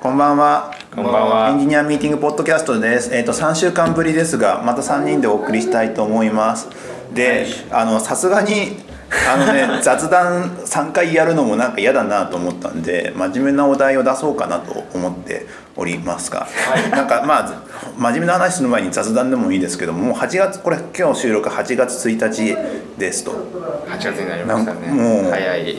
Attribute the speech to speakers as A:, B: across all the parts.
A: こんばんは。
B: こんばんは
A: エンジニアミーティングポッドキャストです。えっ、と3週間ぶりですが、また3人でお送りしたいと思います。で、あのさすがにあの ね雑談3回やるのもなんか嫌だなと思ったんで、真面目なお題を出そうかなと思っておりますが、なんかまあ真面目な話の前に雑談でもいいですけども、もう8月これ今日収録8月1日ですと。
B: 8月になりましたね
A: なんもう
B: 早い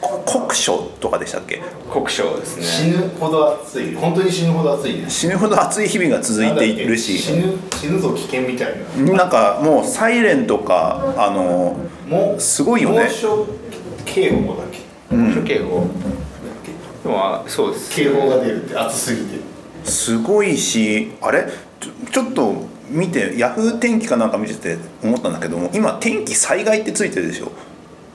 A: こ酷暑とかでしたっけ？
B: 酷暑ですね
C: 死ぬほど暑い本当に死ぬほど暑いね
A: 死ぬほど暑い日々が続いているし。
C: 死ぬ死ぬぞ危険みたいな
A: なんかもう「サイレンとかあの
C: もう
A: すごいよね
C: 猛暑警報だっ
B: 酷暑警報
C: け
B: でもあそうです
C: 警報が出るって暑すぎて
A: すごいしあれちょちょっと見てヤフー天気かなんか見てて思ったんだけども今天気災害ってついてるでしょ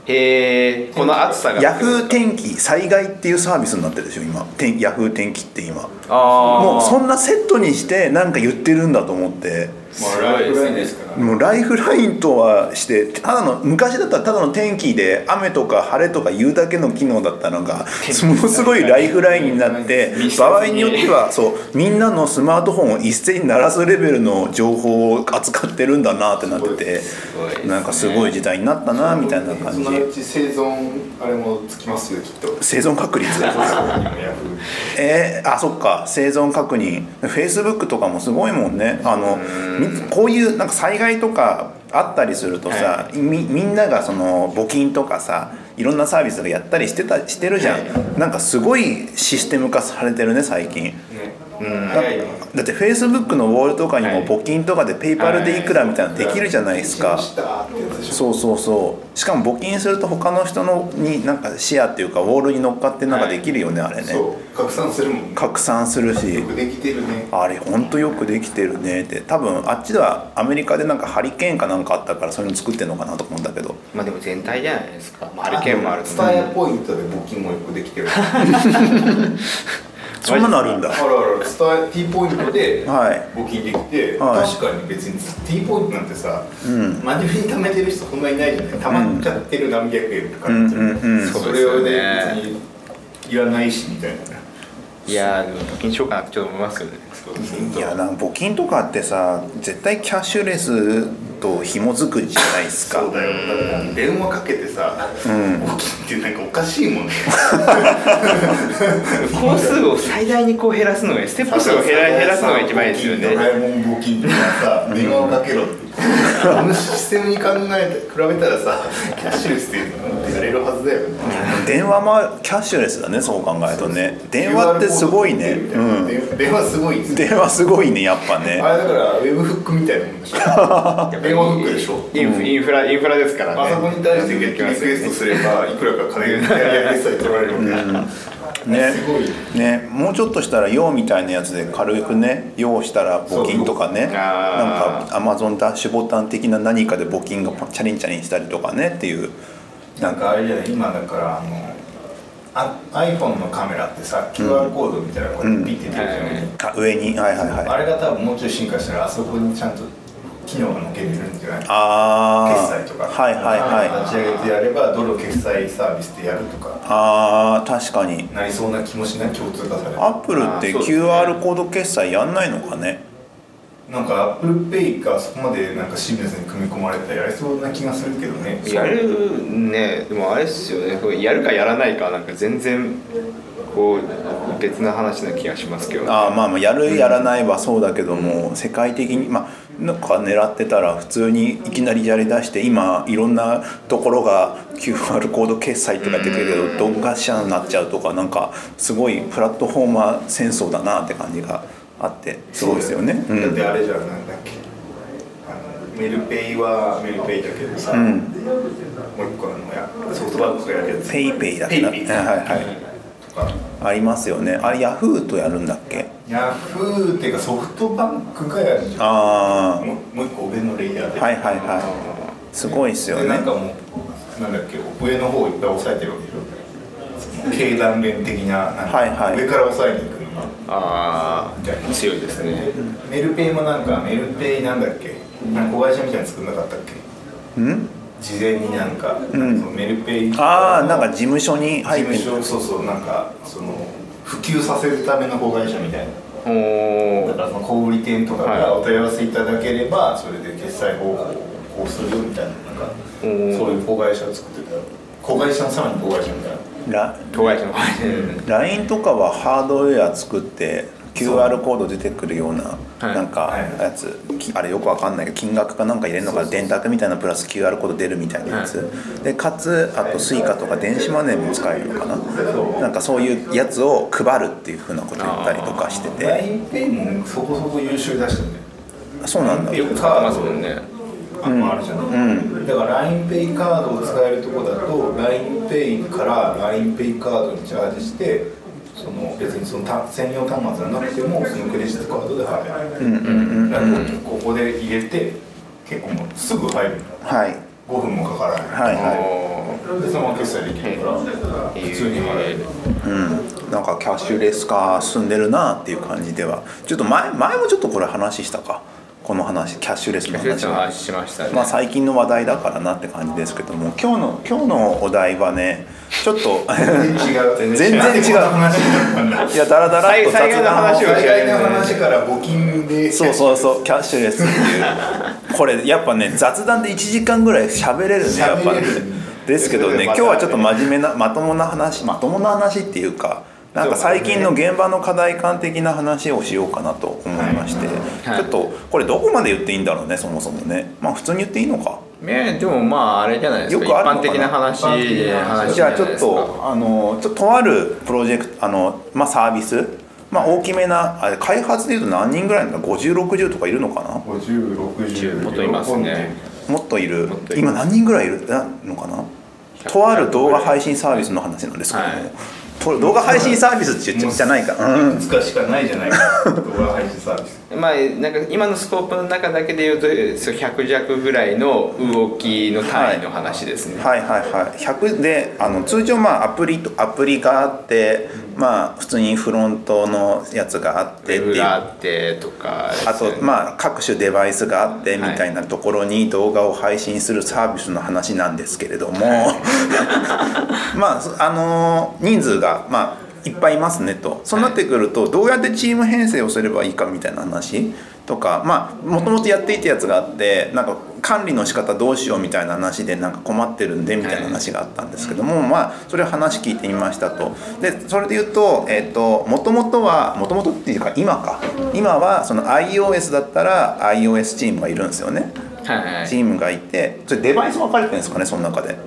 B: えー、この暑さが
A: ヤフー天気災害っていうサービスになってるでしょ今天ヤフー天気って今
B: ああ
A: もうそんなセットにしてなんか言ってるんだと思って
B: すごいですね
C: から
A: もうライフラインとはしてただの昔だったらただの天気で雨とか晴れとか言うだけの機能だったのがものすごいライフラインになって
B: 密接に
A: 場合によってはそうみんなのスマートフォンを一斉に鳴らすレベルの情報を扱ってるんだなってなってて
B: ごいですね
A: なんかすごい時代になったなみたいな感じ
C: そのうち生存あれもつきますよきっと
A: 生存確率
C: ヤフー
A: えー、あそっか生存確認フェイスブックとかもすごいもんねあのみこういうなんか災害とかあったりするとさ、みみんながその募金とかさいろんなサービスがやったりしてたしてるじゃん、なんかすごいシステム化されてるね最近
C: ね早いよ
A: だってフェイスブックのウォールとかに
B: は
A: も
B: い
A: 募金とかでペイパルでいくらみたいなのできるじゃないですか、
C: しましたってやつでしょ
A: そうそうそうしかも募金すると他の人のになんかシェアっていうかウォールに乗っかってなんかできるよね、あれね
C: そう拡散するもんね
A: 拡散するし
C: よくできてるね
A: あれほんとよくできてるねって多分あっちではアメリカでなんかハリケーンかなんかあったからそういうの作ってんのかなと思うんだけど
B: まあでも全体じゃないですか、まあ、ハリケーンもある
C: ス
B: し
C: タイヤポイントで募金もよくできてるあ
A: そんなのあるんだ
C: らあらスタイ T ポイントで
A: はい
C: 募金できて、
A: はい
C: 確かに別に T ポイントなんてさ、真面目に貯めてる人そんなにいないじゃない貯まっちゃってる何百円とか、
A: うんうんうん
C: それを
B: そうです
C: ね
B: よね
C: 別にいらないしみたいない
B: やーでも募金しようかなってちょっと思いますよね
A: いやなんか募金とかってさ絶対キャッシュレスと紐づくじゃないですか
C: そうだよだから電話かけてさ、募金ってなんかおかしいもんね
B: 本数を最大にこう減らすのがステップ数を減ら減らすのが一番いいですよ
C: ドラ
B: ね
C: えもん募金とかさ電話をかけろってこのシステムに考えて比べたらさキャッシュレスっていうのはやれるはずだよね
A: 電話もキャッシュレスだねそう考えるとね電話ってすごいね
C: QR コード
A: う
C: 取ってるみたいな電話すごいんです
A: ん
C: よ
A: 電話すごいねやっぱね
C: あれだからウェブフックみたいなもんでしょ電話フックでしょ
B: インフインフラインフラですからね
C: あそこに対して逆にリクエストすればいくらか金がやりさえ取られるみたいな
A: ね
C: すごいよ
A: ね、もうちょっとしたら「用みたいなやつで軽くね「用したら募金とかねなん
B: あー
A: かアマゾンダッシュボタン的な何かで募金がパチャリンチャリンしたりとかねっていう
C: なんかあれじゃない今だからあのあ iPhone のカメラってさ QR コードみたいなのがピッて出るじゃない、
B: うん
A: あ上にはいはいはい
C: あれが多分もうちょい進化したらあそこにちゃんと機能が抜けてるんじゃない
A: あ
C: 決
A: あ
C: 済とか
A: はいはいはい
C: 立ち上げてやればどの決済サービスでやるとか
A: あー確かに
C: なりそうな気もしない共通化される
A: アップルって
B: あーそうですね
A: QR コード決済やんないのかね
C: なんか ApplePay がそこまでなんかシームレスに組み込まれてやりそうな気がするけどね
B: やるねでもあれっすよねこれやるかやらないかなんか全然こう別な話な気がしますけど
A: あーまあまあやるやらないはそうだけども、世界的にまあなんか狙ってたら普通にいきなりやりだして今いろんなところが QR コード決済とか出てるけどどんがしゃになっちゃうとかなんかすごいプラットフォーマー戦争だなって感じがあってすごいですよね。う
C: だって
A: ん
C: あれじゃんなんだっけあのメルペイはメルペイだけどさ、
A: ん
C: もう一個あのやソフトバンクがやるやつ
A: ペイペイだっけな、
C: ペイペイ
A: はいはい
C: とか
A: ありますよねあれヤフーとやるんだっけ
C: ヤフーっていうかソフトバンクがやるじゃん
A: あ
C: もうもう一個上のレイヤー
A: あ
C: で
A: はいはいはいすごいですよ
C: でな
A: ね
C: んかもうなんだっけ上の方いっぱい押さえてるわけでしょその経団連的ななんか
A: はいはい
C: 上から押さえに行くのが
B: ああ強いですね
C: メルペイもなんかメルペイなんだっけなんか子会社みたいに作んなかったっけ
A: うん
C: 事前になんか、そのメルペイ
A: ああなんか事務所に
C: 事
A: 入って
C: 務
A: る
C: 所そうそうなんかその普及させるための子会社みたいな
B: お
C: だ
B: お
C: からその小売店とか
B: はい
C: がお問い合わせいただければ、それで決済方法をこうするよみたいななんかそう
B: ー
C: いう子会社を作ってた子会社のさらに子会社みたいな
A: ラ
B: 子会社の子会社
A: LINE とかはハードウェア作って QR コード出てくるような
B: はい
A: なんか
C: はい
A: やつきあれよくわかんないけど金額かなんか入れるのか電卓みたいなプラス QR コード出るみたいなやつでかつあと Suica とか電子マネーも使えるのかななんかそういうやつを配るっていうふうなこと言ったりとかして
C: ラ
A: て
C: インペイもそこそこ優秀だしね
A: そうなんだ
B: よく使ってますもんね
C: あもあるじゃない、だから LINEPay カードを使えるとこだと LINEPay から LINEPay カードにチャージしてその別にその単専用端末じゃなくてもそのクレジットカードで払える、だからここで入れて結構もうすぐ入る
A: はい
C: 5分もかからな
A: は
C: い、
A: いはい
B: お
C: でそのまま決済できるから普通に払える
A: うん、なんかキャッシュレス化進んでるなっていう感じではちょっと前前もちょっとこれ話したかこの話キャッシュレスの
B: ー
A: 話
B: ちゃんの
A: は
B: 話しましたね、
A: まあ、最近の話題だからなって感じですけども今日の今日のお題はねちょっと
C: 全然違う
A: 全然違う
C: なんでこんな話になったんだ
A: いやダラダラっと
B: 災害
A: 雑
B: の
A: 談
B: 話
A: を
B: を
C: 災害の話から募金で
A: そうそうそうキャッシュレスっていうこれやっぱね雑談で1時間ぐらい喋れるねやっぱね
C: 喋れる
A: ですけどね
B: それで
A: 今
B: また
A: 日はちょっと真面目なまともな話まともな話っていうかなんか最近の現場の課題感的な話をしようかなと思いまして、
B: はい
A: ちょっとこれどこまで言っていいんだろうねそもそもねまあ普通に言っていいのか
B: ねでもまああれじゃないですか
A: よくあるのかな
B: 一般的な話
C: 一般的な話
A: じゃあち
B: じ
A: ょ
B: ない
A: っ
B: ですか
A: とあのちょっととあるプロジェクトあの、まあ、サービス、まあ、大きめなあれ開発でいうと何人ぐらいなの5060とかいるのかな
C: 5060
B: もっといますね
A: もっといる
B: もっといる
A: 今何人ぐらいいるなのかな
B: 100
A: とある動画配信サービスの話なんですけども、
B: はい
A: と動画配信サービスって言っちゃないか、うん
C: いくつかしかないじゃないか動画配信サービス
B: まあ、なんか今のスコープの中だけで言うとそう100弱ぐらいの動きの単位の話ですね、
A: はいはいはい100であの通常まあアプリとアプリがあって、まあ普通にフロントのやつがあってってい
B: で
A: う
B: ウェブがあってとか
A: あとまあ各種デバイスがあってみ
B: はい
A: たいなところに動画を配信するサービスの話なんですけれども、まあそあのー人数がまあいっぱいいますねとそうなってくるとどうやってチーム編成をすればいいかみたいな話とかまあもともとやっていたやつがあってなんか管理の仕方どうしようみたいな話でなんか困ってるんでみたいな話があったんですけども、まあそれを話聞いてみましたとでそれで言うとえっ、ともともとはもともとっていうか今か今はその iOS だったら iOS チームがいるんですよね、
B: はいはい
A: チームがいてそれデバイス分かれてるんですかねその中で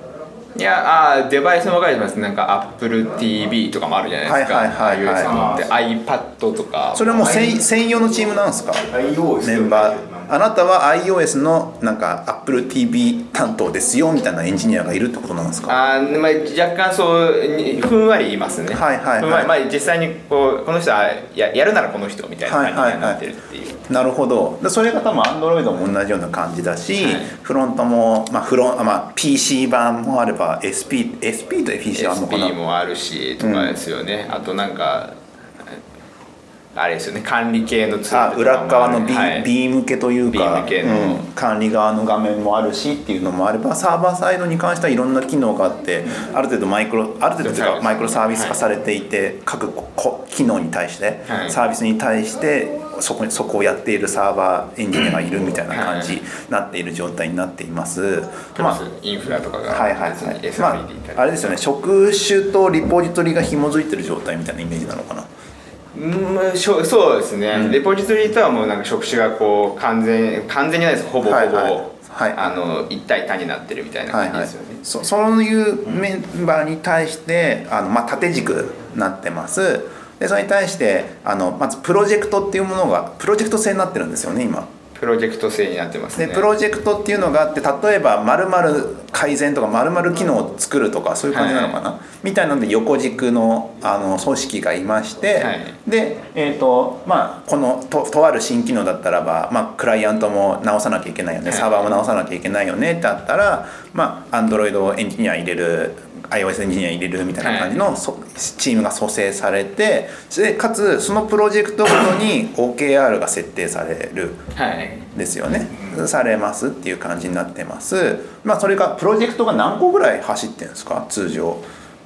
B: いやあーデバイスも分かれてますなんか AppleTV とかもあるじゃないですか、
A: はいはいはいはい
B: あいうのって iPad とか
A: それはもう専専用のチームなんですか
C: iOS
A: メンバーあなたは iOS のなんか AppleTV 担当ですよみたいなエンジニアがいるってことなんですか
B: あーまあ、若干そうにふんわり言いますね、
A: はいはいはい
B: ふんわりまあ、実際にこうこの人はややるならこの人みたいな感じになってるっていう、
A: なるほどでそれが多分 Android も同じような感じだし、
B: はい
A: フロントも、まあフロンあまあ、PC 版もあれば SP, SP と PC あるのかな
B: SP もあるしとかですよね、あとなんかあれですよね管理系のツー
A: あ
B: ルとかも
A: 裏側のビ,、
B: はい
A: ビーム系というか、
B: ビーム系の
A: うん管理側の画面もあるしっていうのもあればサーバーサイドに関してはいろんな機能があってある程度マイクロある程度というかマイクロサービス化されていて、各ここ機能に対して、
B: はい
A: サービスに対してそこにそこをやっているサーバーエンジニアがいるみたいな感じになっている状態になっています。
B: プラスインフラとかが
A: はいはい
B: 別
A: はい、ま
B: に SRD いたり
A: あ、あれですよね職種とリポジトリが紐づいてる状態みたいなイメージなのかな
B: うんまあしょそうですね、レポジトリとはもうなんか職種がこう完全完全じゃないですほぼほぼ、
A: はいはいはい
B: あの一体単になってるみたいな
A: はい
B: 感じ
A: は
B: で
A: い
B: すよね、、
A: そそういうメンバーに対してあの、まあ、縦軸になってますでそれに対してあのまずプロジェクトっていうものがプロジェクト制になってるんですよね今
B: プロジェクト制になってますね
A: でプロジェクトっていうのがあって例えば〇〇改善とか〇〇機能を作るとかそういう感じなのかな、みたいなので横軸のあの組織がいまして、
B: はい
A: で、えーとまあ、このととある新機能だったらば、まあ、クライアントも直さなきゃいけないよね、
B: はい
A: サーバーも直さなきゃいけないよねってあったら、まあ、Android エンジニア入れる iOS エンジニア入れるみたいな感じの、そチームが組成されてでかつそのプロジェクトごとに OKR が設定される。
B: はい
A: ですよね、されますっていう感じになってますまあそれがプロジェクトが何個ぐらい走ってるんですか通常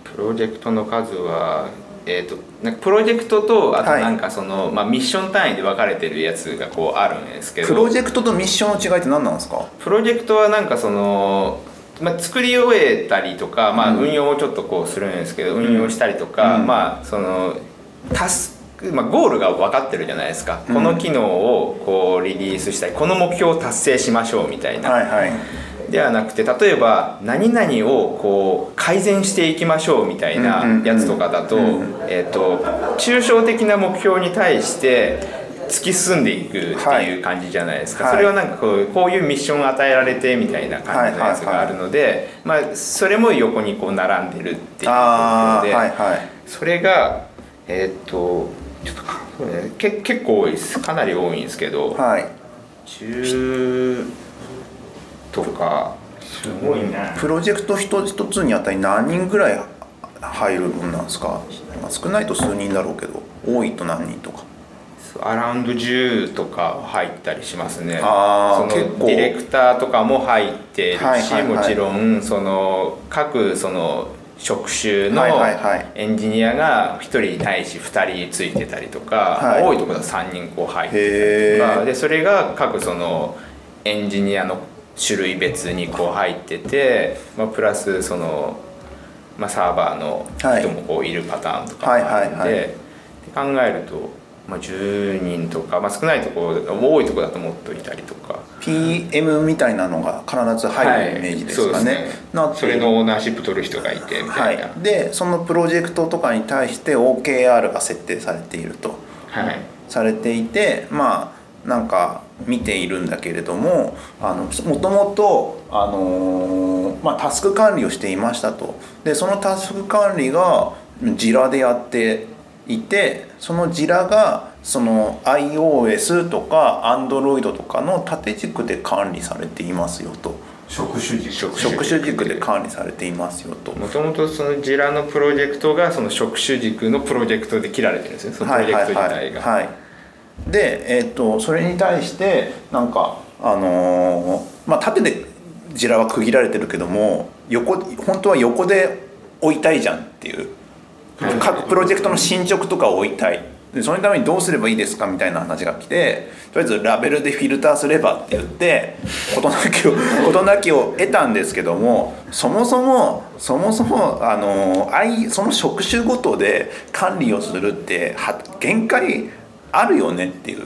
B: プロジェクトの数はえー、となんかプロジェクトとあと
A: はい
B: なんかその、まあ、ミッション単位で分かれてるやつがこうあるんですけど
A: プロジェクトとミッションの違いって何なんですか
B: プロジェクトはなんかその、まあ、作り終えたりとか、まあ、運用をちょっとこうするんですけど、運用したりとか、
A: うん
B: まあそのタスク、まあ、ゴールが分かってるじゃないですか、
A: うん
B: この機能をこうリリースしたりこの目標を達成しましょうみたいな、
A: はいはい
B: ではなくて例えば何々をこう改善していきましょうみたい
A: うん
B: な
A: うんうん
B: やつとかだと,、えっと抽象的な目標に対して突き進んでいくっていう感じじゃないですか、
A: はい
B: それはなんかこうこういうミッションを与えられてみたいな感じのやつがあるので、まあ、それも横にこう並んでるっていうところで、
A: ああはいはい
B: それがえっ、とちょっとかけ結構多いですかなり多いんですけど。
A: はい
B: 10とか
C: すごいね
A: プロジェクト一つ一つにあたり何人ぐらい入るもんなんですか、まあ、少ないと数人だろうけど多いと何人とか
B: アラウンド10とか入ったりしますね
A: あー
B: その
A: 結構
B: ディレクターとかも入ってるし、
A: はいはいはい
B: もちろんその各その職種の
A: はいはいはい
B: エンジニアが1人に対し2人ついてたりとか、
A: はい
B: 多いところだと3人こう入って
A: へ
B: まあ
A: え
B: でそれが各そのエンジニアの種類別にこう入ってて、まあ、プラスその、まあ、サーバーの人もこういるパターンとかもあ
A: はいはい
B: るの
A: はいはい
B: でで考えると、まあ、10人とか、まあ、少ないところ多いところだともっといたりとか
A: PM みたいなのが必ず入るイメージですかね,、
B: はいそうです
A: なって
B: それのオーナーシップ取る人がいてみ
A: は
B: たいな、
A: い、でそのプロジェクトとかに対して OKR が設定されていると
B: はい
A: されていてまあなんか見ているんだけれどもあのもともと、あのーまあ、タスク管理をしていましたとでそのタスク管理がジラでやっていてそのジラがその iOS とか Android とかの縦軸で管理されていますよと
C: 職種軸
B: 職
A: 職種軸で管理されていますよと
B: もともとそのジラのプロジェクトがその職種軸のプロジェクトで切られてるんですねそのプロジェクト自体が、
A: はいはいはいはい、で、えー、とそれに対してなんかあのーまあ縦でジラは区切られてるけども横本当は横で置いたいじゃんっていう各プロジェクトの進捗とかを置いたいでそのためにどうすればいいですかみたいな話が来てとりあえずラベルでフィルターすればって言って事なきを 事なきを得たんですけどもそもそもそもそもあのあいその職種ごとで管理をするっては限界あるよねっていう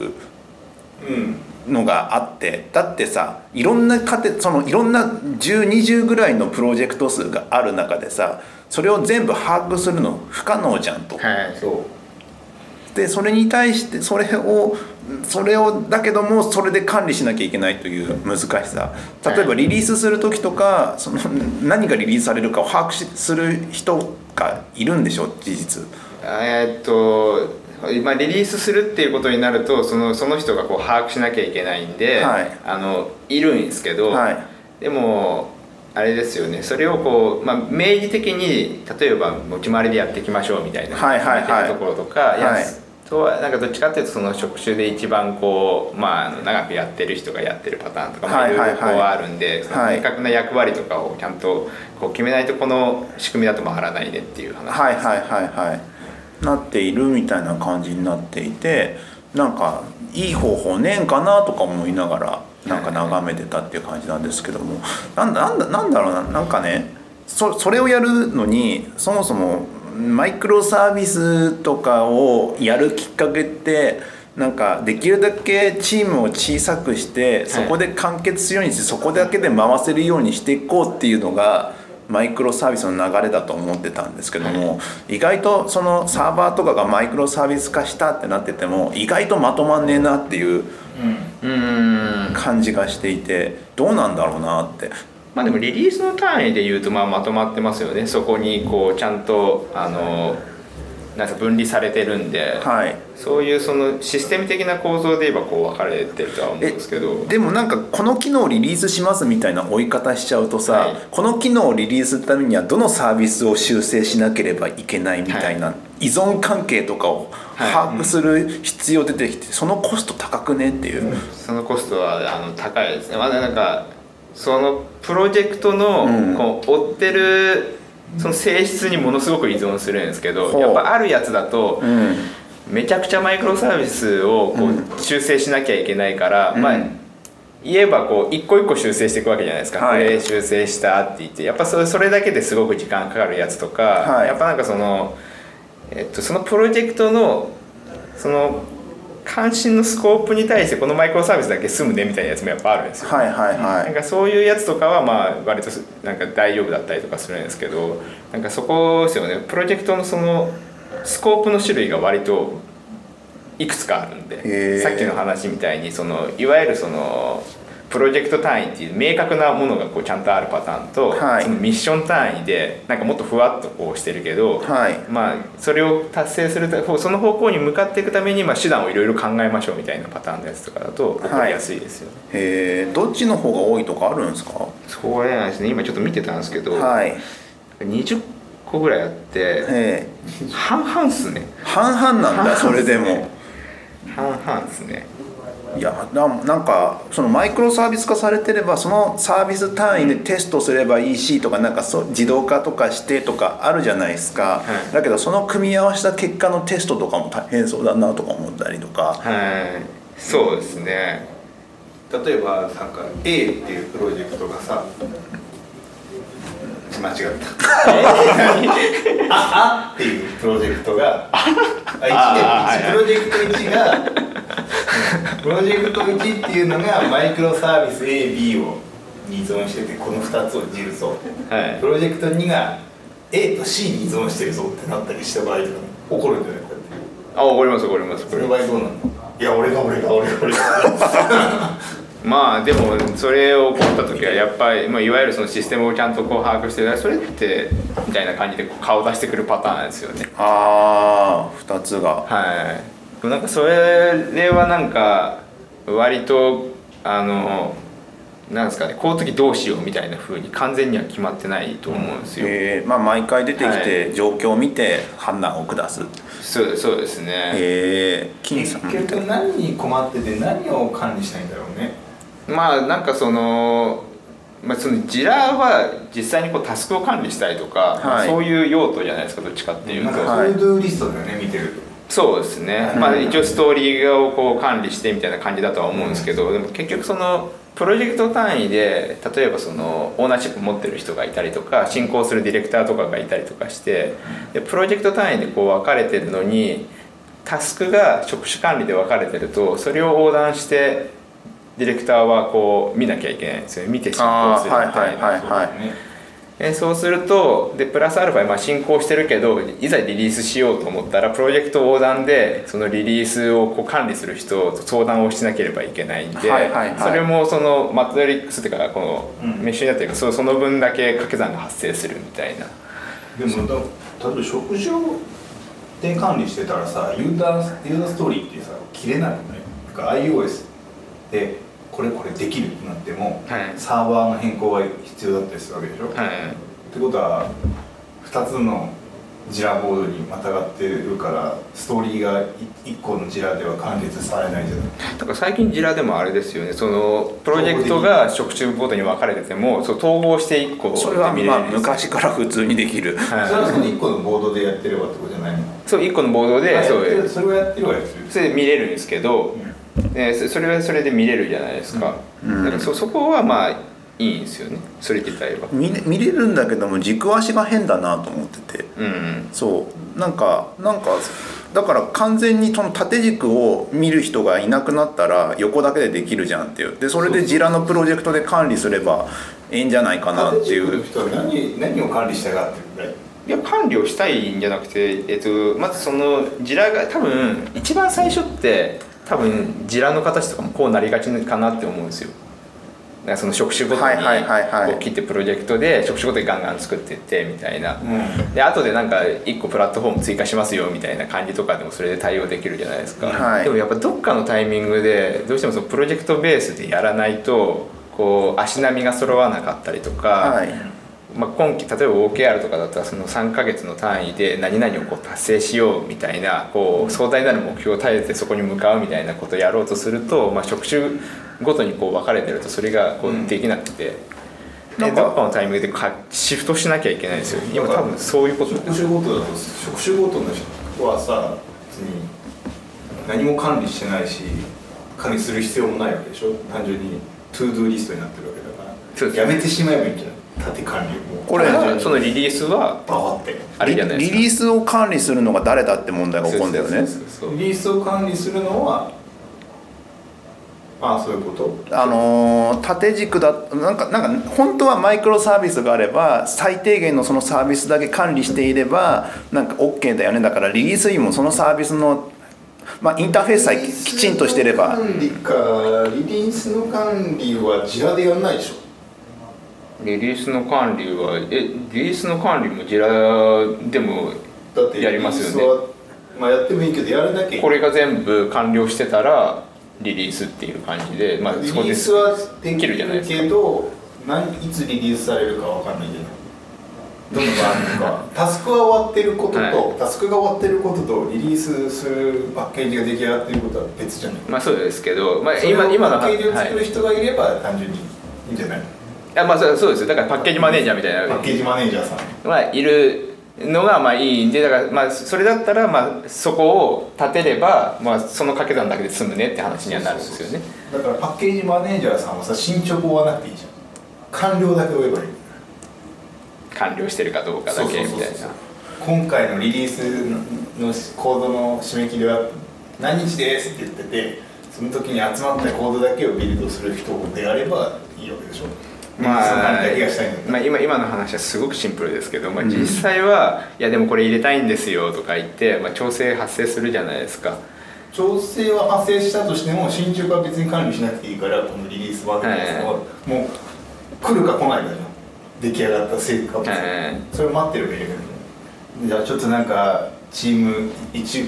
C: うん
A: のがあってだってさいろんなカテそのいろんな1020ぐらいのプロジェクト数がある中でさそれを全部把握するの不可能じゃんと。
B: はい
C: そう
A: でそれに対してそれをそれをだけどもそれで管理しなきゃいけないという難しさ例えば
B: はい
A: リリースする時とかその何がリリースされるかを把握しする人がいるんでしょ事実
B: えーっと今リリースするっていうことになるとそのその人がこう把握しなきゃいけないんで、
A: はい
B: あのいるんですけど、
A: はい
B: でもあれですよねそれをこう、まあ、明示的に例えば持ち回りでやっていきましょうみたいな、
A: はいはいはい
B: 決めてるところとか、
A: はい
B: いやとはなんかどっちかっていうとその職種で一番こう、まああの、長くやってる人がやってるパターンとかも
A: はい
B: い
A: はいはい
B: ろいろこうあるんで、その
A: はい
B: 明確な役割とかをちゃんとこう決めないとこの仕組みだと回らないねっていう話。
A: はいはいはいはいなっているみたいな感じになっていてなんかいい方法ねえんかなとか思いながらなんか眺めてたっていう感じなんですけどもなんだなんだなんだろうななんかねそそれをやるのにそもそもマイクロサービスとかをやるきっかけってなんかできるだけチームを小さくしてそこで完結するようにしてそこだけで回せるようにしていこうっていうのがマイクロサービスの流れだと思ってたんですけども、意外とそのサーバーとかがマイクロサービス化したってなってても意外とまとまんねえなっていう
B: うーん
A: 感じがしていてどうなんだろうなって
B: まあでもリリースの単位で言うとまあまとまってますよねそこにこうちゃんとあのなんか分離されてるんで、
A: はい
B: そういうそのシステム的な構造で言えばこう分かれてるとは思うんですけど
A: でもなんかこの機能をリリースしますみたいな追い方しちゃうとさ、
B: はい
A: この機能をリリースするためにはどのサービスを修正しなければいけないみたいな、依存関係とかを
B: はい
A: 把握する必要出てきて、そのコスト高くねっていう、
B: そのコストはあの高いですねまだなんかそのプロジェクトの
A: うん
B: こう追ってるその性質にものすごく依存するんですけ
A: ほ
B: ど
A: う
B: やっぱあるやつだと、
A: うん
B: めちゃくちゃマイクロサービスをこ
A: うん
B: う修正しなきゃいけないから、
A: うん
B: まあ言えばこう一個一個修正していくわけじゃないですか、
A: はい
B: これ修正したって言ってやっぱそれそれだけですごく時間かかるやつとか、
A: はい
B: やっぱなんかその、えっと、そのプロジェクトのその関心のスコープに対してこのマイクロサービスだけ済むねみたいなやつもやっぱあるんですよ。
A: はいはいは
B: なん
A: い
B: かそういうやつとかはまあ割とすなんか大丈夫だったりとかするんですけどなんかそこですよねプロジェクトのそのスコープの種類が割といくつかあるん
A: へー
B: でさっきの話みたいにそのいわゆるそのプロジェクト単位っていう明確なものがこうちゃんとあるパターンと、
A: はい
B: そのミッション単位でなんかもっとふわっとこうしてるけど、
A: はい
B: まあ、それを達成するたその方向に向かっていくためにまあ手段をいろいろ考えましょうみたいなパターンのやつとかだと起こりやすいですよね。
A: えー、どっちの方が多いとかあるんですか
B: そうなんですね今ちょっと見てたんですけど、
A: はい
B: 20個ぐらいあって
A: え
B: 半々っすね
A: ー、半々なんだそれでも
B: 半々っすね
A: いやななんかそのマイクロサービス化されてればそのサービス単位でテストすればいいしとかなんかそう自動化とかしてとかあるじゃないですか、
B: はい
A: だけどその組み合わせた結果のテストとかも大変そうだなとか思ったりとか
B: はいそうですね
C: 例えばなんか A っていうプロジェクトがさ間違ったああっていうプロジェクトがあ1で1プロジェクト1がプロジェクト1っていうのがマイクロサービス AB をに依存しててこの2つをいじるぞ
B: はい
C: プロジェクト2が A と C に依存してるぞってなったりした場合とか怒るんじゃないかって
B: あ怒ります怒りますこ
C: そ
B: れ
C: の場合どうなのいや俺が俺が俺が俺が
B: まあでもそれを起こった時はやっぱり、まあ、いわゆるそのシステムをちゃんとこう把握してそれってみたいな感じでこう顔出してくるパターンなんですよね
A: ああ2つが
B: はいでもなんかそれはなんか割とあのなんですかねこういう時どうしようみたいな風に完全には決まってないと思うんですよ、
A: えーまあ、毎回出てき
B: は
A: て状況を見て判断を下す、
B: そうそうですね、
A: えー、金さ
C: 結
A: んみたい
C: 局
A: な
C: 何に困ってて何を管理したいんだろうね
B: まあなんかその,、まあ、そのジラは実際にこうタスクを管理したりとか、まあそういう用途じゃないですかどっちかっていう
C: なん
B: と、
C: かそういうドゥーリストだよね見てると
B: そうですね、まあ、一応ストーリーをこう管理してみたいな感じだとは思うんですけど、でも結局そのプロジェクト単位で例えばそのオーナーシップ持ってる人がいたりとか進行するディレクターとかがいたりとかしてでプロジェクト単位でこう分かれてるのにタスクが職種管理で分かれてるとそれを横断してディレクターはこう見なきゃいけないんですよね見て進行
A: あ
B: す
A: ー
B: るみた
A: はいい
B: な。
A: はいはいはい
C: ね
B: えーそうするとでプラスアルファ今進行してるけどいざリリースしようと思ったらプロジェクト横断でそのリリースをこう管理する人と相談をしなければいけないんで、
A: はいはいはい
B: それもそのマトリックスっていうかこの
C: うん
B: メッシュになってるからそその分だけ掛け算が発生するみたいな
C: でもだ例えば食事をで管理してたらさユーザーユーザーストーリーってさ切れなくないなんか iOS でこれこれできるってなっても、
B: はい
C: サーバーの変更が必要だったりするわけでしょ、っ
B: はい
C: てことは2つのジラボードにまたがってるからストーリーが1個のジラでは完結されないじゃない
B: だから最近ジラでもあれですよねそのプロジェクトが職種ごとに分かれててもそう統合して一個
A: それは
B: で見れ
A: ま
B: る
A: あ
B: んですよ
A: 昔から普通にできる
B: はい
C: それはその1個のボードでやってればってことじゃないの
B: そう一個のボード
C: あや
B: で
C: っ
B: そう
C: てるそれをやってるはやってる
B: それで見れるんですけど、えーそそれはそれで見れるじゃないですか、
A: うん
B: だからそそこはまあいいんですよねそれ自体は
A: 見れ見れるんだけども軸足が変だなと思ってて
B: うん
A: そうなんかなんかだから完全にその縦軸を見る人がいなくなったら横だけでできるじゃんっていうでそれでジラのプロジェクトで管理すればええんじゃないかなってい
C: 縦軸の
A: う
C: 人は何何を管理したがってるんだい
B: いや管理をしたいんじゃなくて、えっと、まずそのジラが多分一番最初って多分ジラの形とかもこうなりがちかなって思うんですよだからその職種ごと
A: はい
B: に
A: はいはいはい
B: こう切ってプロジェクトで職種ごとにガンガン作っていってみたいな、
C: ん
B: で後でなんか一個プラットフォーム追加しますよみたいな感じとかでもそれで対応できるじゃないですか、
A: はい
B: でもやっぱどっかのタイミングでどうしてもそのプロジェクトベースでやらないとこう足並みが揃わなかったりとか、
A: はい
B: まあ、今期例えば OKR とかだったらその3ヶ月の単位で何々をこう達成しようみたいなこう壮大なる目標を立ててそこに向かうみたいなことをやろうとすると、まあ、職種ごとにこう分かれてるとそれがこうできなくて、でどっかのタイミングでかシフトしなきゃいけないんですよ今多分そういうこと
C: 職種ごとだと職種ごとの人はさ別に何も管理してないし管理する必要もないわけでしょ単純にトゥードゥーリストになってるわけだから
B: そうです
C: やめてしまえばいいんじゃない縦管理をもう
A: これ
B: そのリリースは
C: バーって
B: あれじゃないで
A: リ
B: すか
A: リースを管理するのが誰だって問題が起こるんだよね
B: そうそうそうそう
C: リリースを管理するのはああそういうこと
A: あのー縦軸だなんかなんか本当はマイクロサービスがあれば最低限のそのサービスだけ管理していればなんか OK だよねだからリリースにもそのサービスの、まあ、インターフェースさえきちんとしてれば
C: 管理かリリースの管理はジラでやんないでしょ
B: リリースの管理はえリリースの管理もジラでも
C: だって
B: やりますよね
C: リリースはまあやってもいいけどやらなきゃいけ
B: こ
C: ない
B: れが全部完了してたらリリースっていう感じで、まあ、
C: リリ
B: そこで
C: ースはで
B: で
C: き
B: き
C: る
B: るじゃないですか
C: けど何いつリリースされるかわかんないじゃないどんなのがある のかタスクが終わってることと、
B: は
C: タスクが終わってることとリリースするパッケージが出来上がっていることは別じゃない
B: まあそうですけど、まあ、
C: それを
B: 今今の
C: パ
B: は
C: ッケージを作る
B: い
C: 人がいれば、単純にいいんじゃない
B: あまあそうそうですよだからパッケージマネージャーみたいな
C: パッケージマネージャーさん
B: まあ、いるのがまあいいんでだからまあそれだったらまあそこを立てればまあその掛け算だけで済むねって話にはなるんですよね
C: だからパッケージマネージャーさんはさ進捗を追わなくていいじゃん完了だけ追えばいい
B: 完了してるかどうかだけみたいな
C: 今回のリリースのコードの締め切りは何日ですって言っててその時に集まったコードだけをビルドする人であればいいわけでしょ
B: ま
C: そんな
B: あ
C: だけがしたいんだった
B: まあ、
C: ら
B: 今今の話はすごくシンプルですけど、まあ、実際は「いやでもこれ入れたいんですよ」とか言って、まあ、調整発生するじゃないですか
C: 調整は発生したとしても進捗は別に管理しなくていいからこのリリースバージョンです
B: は
C: もう来るか来ないかじゃん出来上がった成果物
B: はい
C: それを待ってればいいわけだよじゃあちょっとなんかチーム一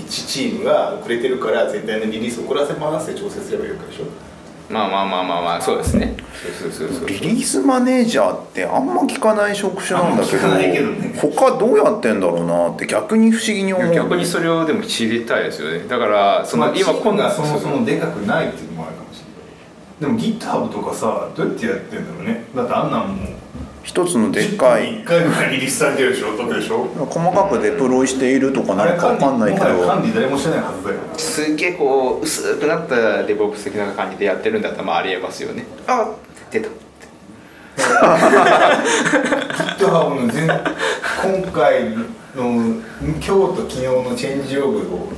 C: 一チームが遅れてるから全体のリリースを遅らせますって調整すればいいわけでしょ
B: まあまあまあまあまあそうですねそうそうそうそう
A: リリースマネージャーってあんま聞かない職種なんだけど
C: あんま聞かないけどね
A: 他どうやってんだろうなって逆に不思議に思う
B: 逆にそれをでも知りたいですよねだからそ
C: ま
B: の
C: あチ
B: 今
C: ーム
B: 今度
C: がそもそもでかくないっていうのもあるかもしれないでも GitHub とかさどうやってやってんだろうねだってあんなんもう
A: 一つのでっか
C: 1
A: い
C: 回ぐらいリリースされてるでしょとかでしょ
A: 細かくデプロイしているとか
C: あ
A: な
C: れ
A: んか分かんないけ
C: 管理もはや
A: ど
C: 管理誰もしてないはずだよ
B: すげえこう薄くなったデボップス的な感じでやってるんだったらまあありえますよねあ出た
C: な GitHub の全今回の今日と昨日のチェンジログを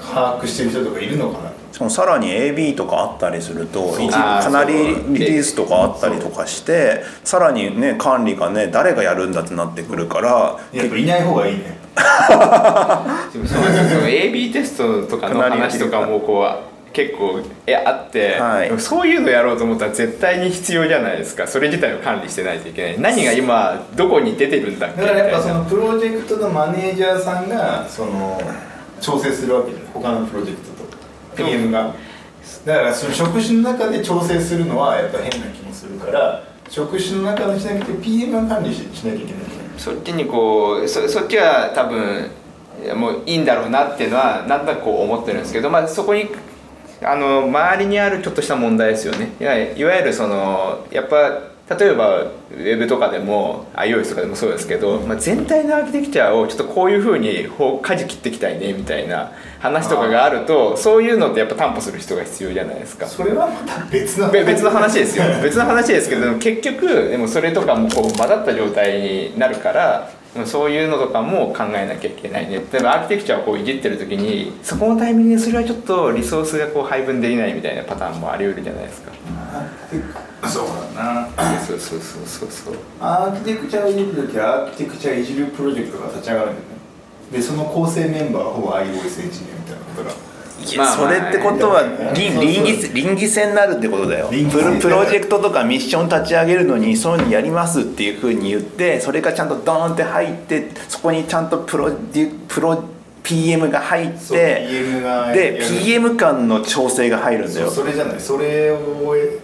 C: 把握してる人とかいるのかな
A: しかもさらに AB とかあったりすると
C: そう
A: 一
B: あー
A: かなり
B: そうなんだ
A: リリースとかあったりとかしてさらにね管理がね誰がやるんだってなってくるから
C: やっぱいない方がいいね
B: でもそうなんですよ AB テストとかの話とかもこう結構えあって、
A: はい
B: でもそういうのやろうと思ったら絶対に必要じゃないですかそれ自体を管理してないといけない何が今どこに出てるんだっけ
C: だ
B: み
C: か
B: た
C: らやっ
B: い
C: ぱそ
B: な
C: のプロジェクトのマネージャーさんがその調整するわけじゃない他のプロジェクトと PM がだからその職種の中で調整するのはやっぱ変な気もするから職種の中のしなくて PM が管理ししなきゃいけない
B: そっちにこうそそっちは多分いやもういいんだろうなっていうのはなんとなくこう思ってるんですけど、まあ、そこにあの周りにあるちょっとした問題ですよねいわゆいわゆるそのやっぱ例えばウェブとかでも iOS とかでもそうですけど、まあ、全体のアーキテクチャをちょっとこういうふうにこう舵切っていきたいねみたいな話とかがあるとそういうのってやっぱ担保する人が必要じゃないですか。
C: それはまた別の
B: べ別の話ですよ別の話ですけど結局でもそれとかもこう混ざった状態になるからでもそういうのとかも考えなきゃいけないね例えばアーキテクチャをこういじってる時にそこのタイミングでそれはちょっとリソースがこう配分できないみたいなパターンもあり得るじゃないですか
C: そうだな
B: そうそうそうそうそう
C: アーキテクチャをいじるときはアーキテクチャいじるプロジェクトが立ち上がるんだよねでその構成メンバーはほぼ iOS エンジニアみたいなことが
A: い
B: ま
A: や
B: あ
A: それってことはり
C: そう
A: 倫
C: そう
A: 理倫理戦になるってことだよプ
C: 倫理戦
A: ロプロジェクトとかミッション立ち上げるのにそういうのやりますっていうふうに言ってそれがちゃんとドーンって入ってそこにちゃんとプロデュプロ PM が入っ
C: そう
A: て
C: PM が
A: で PM 間の調整が入るんだ
C: そう
A: よ
C: それじゃないそれをえ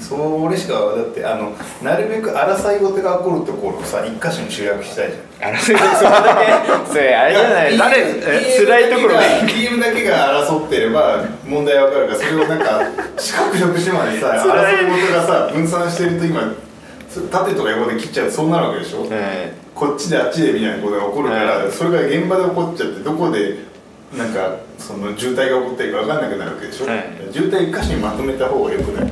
C: それしかだってあのなるべく争い事が起こるところをさ一箇所に集約したいじゃん
B: あのそれだけそれあれじゃない誰え辛いところが
C: が DM だけが争ってれば問題わかるからそれをなんか四角職種までさ争
B: 辛い
C: い事がさ分散してると今そ縦とか横で切っちゃうとそうなるわけでしょ、
B: え
C: こっちであっちでみたいなことが起こるから、
B: はい
C: それが現場で起こっちゃってどこでなんかその渋滞が起こってるか分かんなくなるわけでしょ、
B: はい
C: 渋滞一箇所にまとめた方がよくない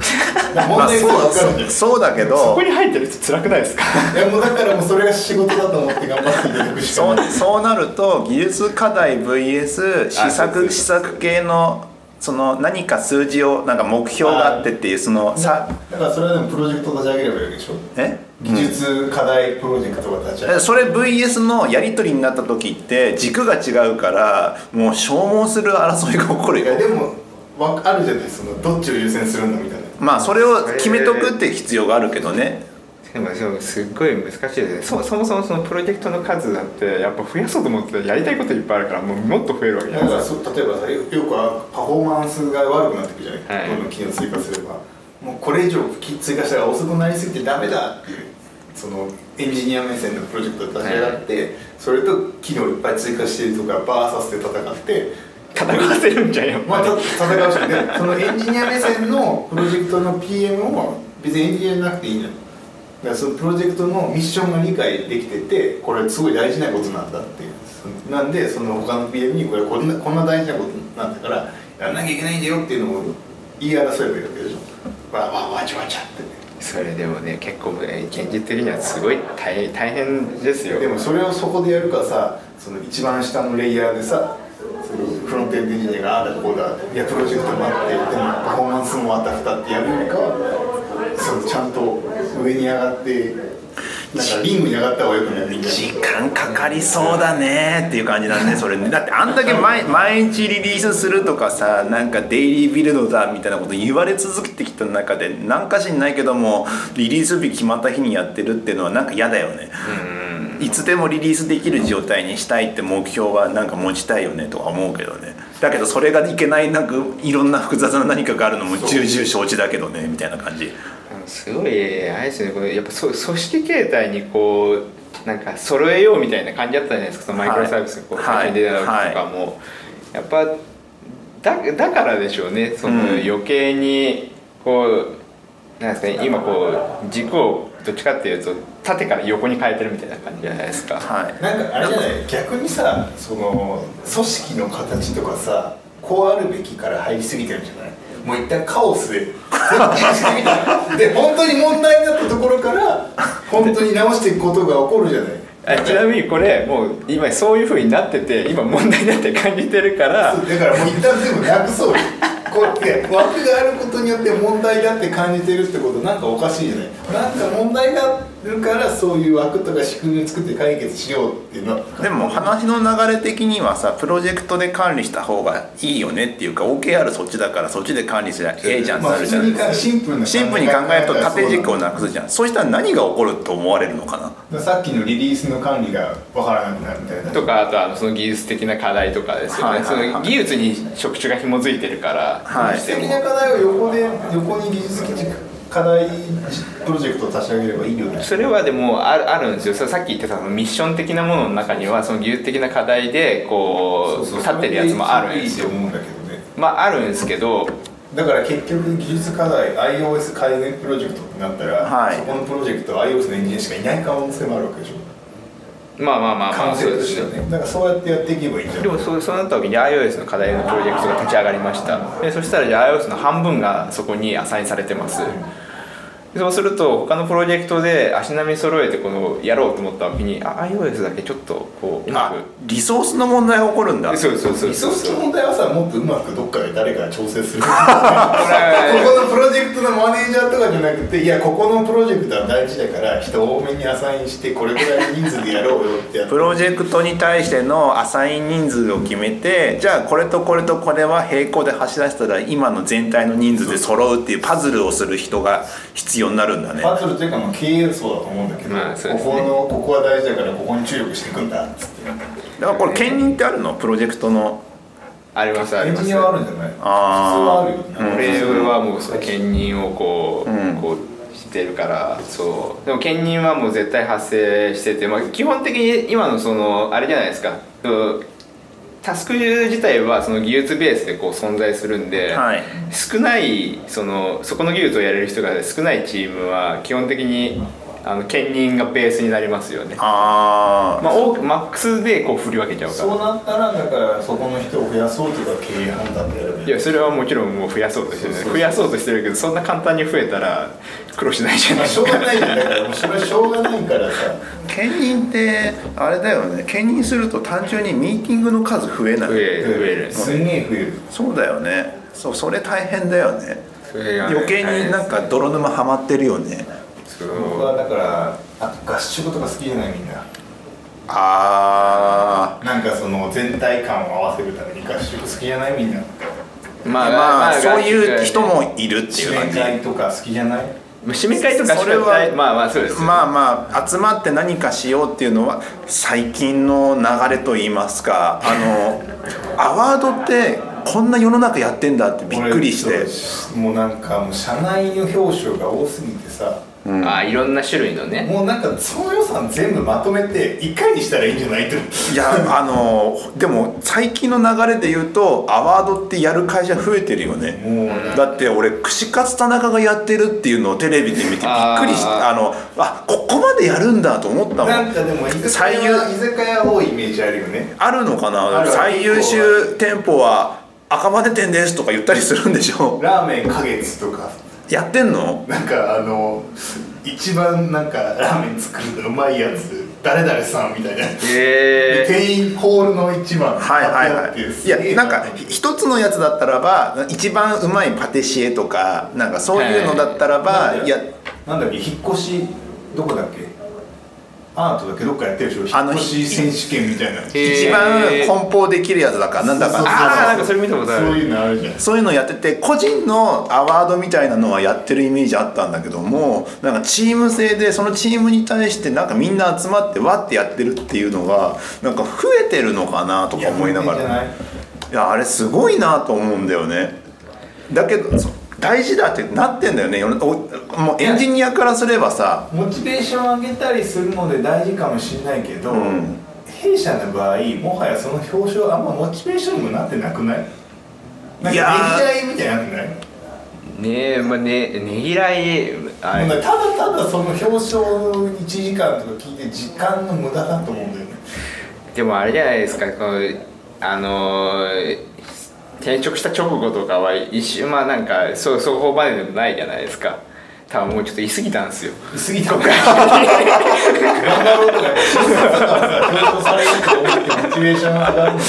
C: だから問
A: まあ
C: 題が
A: そう
C: 分かるじゃ
A: そ
C: ん
A: うそうだけ
B: えそ
A: ど
B: こに入ってる人辛くないですか
C: いやもうだからもうそれが仕事だと思って頑張っていただくしか
A: そ
C: ないう
A: そうなると技術課題 VS 試
B: そうそう
A: 作試作系のその何か数字をなんか目標があってっていうそのさ
C: だからそれはでもプロジェクト立ち上げればいいわけでしょ
A: え
C: 技術課題プロジェクトが立ち上げ
A: え
C: る
A: それ VS のやり取りになった時って軸が違うからもう消耗する争いが起こる
C: いや
A: よ
C: でもわあるじゃないそのどっちを優先するのみたいな
A: まあそれを決めとくって必要があるけどね
B: でもでもすっごい難しいですねそそもそもそのプロジェクトの数だってやっぱ増やそうと思ってやりたいこといっぱいあるからもうもっと増えるわけじゃ
C: だ
B: ない
C: か
B: で
C: ら
B: す
C: そ例えばさよよくはパフォーマンスが悪くなってくるじゃない、
B: はい
C: どんどん機能追加すればもうこれ以上き追加したら遅くなりすぎてダメだっていうそのエンジニア目線のプロジェクトが立ち上がって、それと機能いっぱい追加してるとかバーサスで戦って
B: か戦わせるんじゃんやっ
C: ま
B: ぱ
C: あ、
B: り、
C: た戦うしかないそのエンジニア目線のプロジェクトの PM を別にエンジニアじゃなくていいのよだからそのプロジェクトのミッションが理解できててこれすごい大事なことなんだっていうそのなんでその他の PM にこれこんなこんな大事なことなんだからやんなきゃいけないんだよっていうのを言い争えばいいわけでしょわわわちゃわちゃってね
B: それでもね結構ね現実的にはすごい大変大変ですよ
C: でもそれをそこでやるからさその一番下のレイヤーでさそのフロントエンドエンジニアがああだこうだいやプロジェクトもあってでもパフォーマンスもあたふたってやるよりかはそのちゃんと上に上がってなんかリングに上がった方がよくないみたい
A: 時間かかりそうだねっていう感じだねそれねだってあんだけ毎毎日リリースするとかさなんかデイリービルドだみたいなこと言われ続けてきた中で何かしんないけどもリリース日決まった日にやってるっていうのはなんか嫌だよねいつでもリリースできる状態にしたいって目標はなんか持ちたいよねとか思うけどねだけどそれがいけないなんかいろんな複雑な何かがあるのも重々承知だけどねみたいな感じ
B: すごいあれですよねこれやっぱそ組織形態にこうなんか揃えようみたいな感じだったじゃないですかそのマイクロサービスがこう
A: はい
B: 始めてた時とかも、やっぱだだからでしょうねその
A: うん
B: 余計にこうなんですかね今こう軸をどっちかっていうと縦から横に変えてるみたいな感じじゃないですか、
A: はい
C: ななんかあれじゃない逆にさその組織の形とかさこうあるべきから入りすぎてるんじゃないもう一旦カオスで全部してみたいで本当に問題になったところから本当に直していくことが起こるじゃない
B: あちなみにこれもう今そういうふうになってて今問題になって感じてるから
C: そうだからもう一旦全部なくそうよこうやって枠があることによって問題だって感じてるってことなんかおかしいじゃないなんか問題があるからそういう枠とか仕組みを作って解決しようっていうの
A: でも話の流れ的にはさプロジェクトで管理した方がいいよねっていうか OKR そっちだからそっちで管理すりゃええじゃんって
C: まあ
A: なる
C: 普
A: じゃ
C: 通
A: ん
C: にかシンプルな
A: シンプルに考えると縦軸をなくすじゃんそうしたら何が起こると思われるのかな
C: さっきのリリースの管理がわからなくなるみたいな
B: とかあとあのその技術的な課題とかですよ
A: は
B: ね、
A: いはいはい
B: その技術に職種が紐づいてるから、
A: はい
C: 技術的な課題を横で横に技術的課題プロジェクトを立ち上げればいいよね
B: それはでもあるあるんですよささっき言ってたそのミッション的なものの中にはその技術的な課題でこう立ってるやつもあるんですよ
C: いいと思うんだけどね
B: まああるんですけど
C: だから結局技術課題 iOS 改善プロジェクトってなったら、
A: はい
C: そこのプロジェクトは iOS のエンジニアしかいない可能性もあるわけでしょ
B: まあまあまあま
C: 可
B: あ
C: 能
B: そう
C: 性
B: で
C: と
B: す
C: して
B: よ
C: は
B: ね
C: ねだからそうやってやっていけばいいんじゃ
B: で
C: ない
B: もそうそうなった時に iOS の課題のプロジェクトが立ち上がりましたでそしたらじゃあ iOS の半分がそこにアサインされてますでそうすると他のプロジェクトで足並み揃えてこのやろうと思った時にあ iOS だけちょっとこううま
A: あ
B: く
A: リソースの問題が起こるんだ
B: そうそうそう
C: リ
B: そう
C: ソース
B: そう
C: の問題はさもっとうまくどっかで誰かが調 整するこ
B: こ
C: このプロジェクトのマネージャーとかじゃなくていやここのプロジェクトは大事だから人を多めにアサインしてこれぐらいの人数でやろうよってやっ
A: プロジェクトに対してのアサイン人数を決めてじゃあこれとこれとこれは並行で走らせたら今の全体の人数で揃うっていうパズルをする人が必要になるんだね
C: パズルというかまあ経営層だと思うんだけど、
B: まあそう
C: こ
B: ですね
C: このここは大事だからここに注力していくんだっつって
A: だからこれ兼任ってあるのプロジェクトの
B: ありますあ
C: エ
B: り
C: ン
B: ます
C: ジニアはあるんじゃない普通は
A: あ
C: あ
A: ー
C: るよね
B: これはもうその兼任をこう,、
A: うん
B: こうしてるからそうでも兼任はもう絶対発生してて、まあ、基本的に今のそのあれじゃないですかうんタスク自体はその技術ベースでこう存在するんで、
A: はい
B: 少ないそのそこの技術をやれる人が少ないチームは基本的にあの兼任がベースになりますよね、
A: あ
B: まあ、多くマックスでこう振り分けちゃうか
C: そう
B: ら
C: なったらだからそこの人を増やそうとか経営判断でやればいい
B: いやそれはもちろんもう増やそうとしてる、
C: そうそうそう
B: 増やそうとしてるけどそんな簡単に増えたら苦労しないじゃない
C: ま
B: で
C: あ
B: す
C: しょ
B: か
C: うがないんだからもうそれはしょうがないからさ
A: あ兼任ってあれだよね兼任すると単純にミーティングの数増えない
B: 増え
C: 増
B: る増
C: すんげえ増える
A: そうだよねそうそれ大変だよね
B: える
A: 余計になんか泥沼ハマってるよね
B: そ
C: 僕
B: う
C: はだからあと合宿とか好きじゃないみんな
A: ああ
C: なんかその全体感を合わせるために合宿好きじゃないみんな
B: ま
A: まあ、そういう人もいるってい
C: 試
A: う感
C: 験
A: じ
C: 会とか好きじゃない
B: 締め会とかし
A: それ
B: か
A: は
B: ないまあまあそうです
A: まあまあ集まって何かしようっていうのは最近の流れといいますかあのアワードってこんな世の中やってんだってびっくりして
C: 俺そうもうなんかもう社内の表彰が多すぎてさ
B: うんあいろんな種類のね
C: もうなんかその予算全部まとめて一回にしたらいいんじゃないと思って
A: いやあのでも最近の流れで言うとアワードってやる会社増えてるよね
C: もう
A: だって俺串カツ田中がやってるっていうのをテレビで見てびっくりして
B: あー
A: あのあここまでやるんだと思ったも
C: なん
A: ん
C: かでも居酒
A: 最優
C: 屋は居酒屋多いイメージあるよね
A: あるのか
C: あ
A: な
C: る
A: 最優秀店舗は赤羽店ですとか言ったりするんでし ょ
C: ラーメン花月とか
A: やってんの
C: なんかあの一番なんかラーメン作るのうまいやつ誰々さんみたいな、
B: へえ
C: 店員ホールの一番
A: はいはいは
C: 立ってあって
A: い。い
C: すげえ
A: やなんか一つのやつだったらば一番うまいパティシエとかなんかそういうのだったらば
C: なんだ
A: いや
C: なんだっけ引っ越しどこだっけアートだっけどっかやってるでしょ
A: あの
C: 引っ越し選手権みたいな
B: へ
A: 一番梱包できるやつだからなんだ
C: そうそう
A: か
B: あーなんかそれ見たことある
C: そういうのあるじゃん
A: そういうのやってて個人のアワードみたいなのはやってるイメージあったんだけどもなんかチーム制でそのチームに対してなんかみんな集まってわってやってるっていうのがなんか増えてるのかなとか思いながら。
C: やってんじゃない
A: いやあれすごいなと思うんだよねだけどそう大事だってなってんだよね世のおもうエンジニアからすればさ
C: モチベーションを上げたりするので大事かもしれないけど、
A: うん
C: 弊社の場合もはやその表彰あんまモチベーションにもなってなくないなん
A: い
C: か
A: やー
C: やり合いみたいになってない
B: ねえまあねねぎらいあ
C: もう
B: れ
C: ねただただその表彰1時間とか聞いて時間の無駄だと思うんだよね
B: でもあれじゃないですかこのあのー転職した直後とかは一瞬まあなんかそうそこまででもないじゃないですか多分もうちょっと言い過ぎたんですよ
C: 過ぎたから頑張ろうとか審査とかさ表彰されると思ってモチベーション上がるのか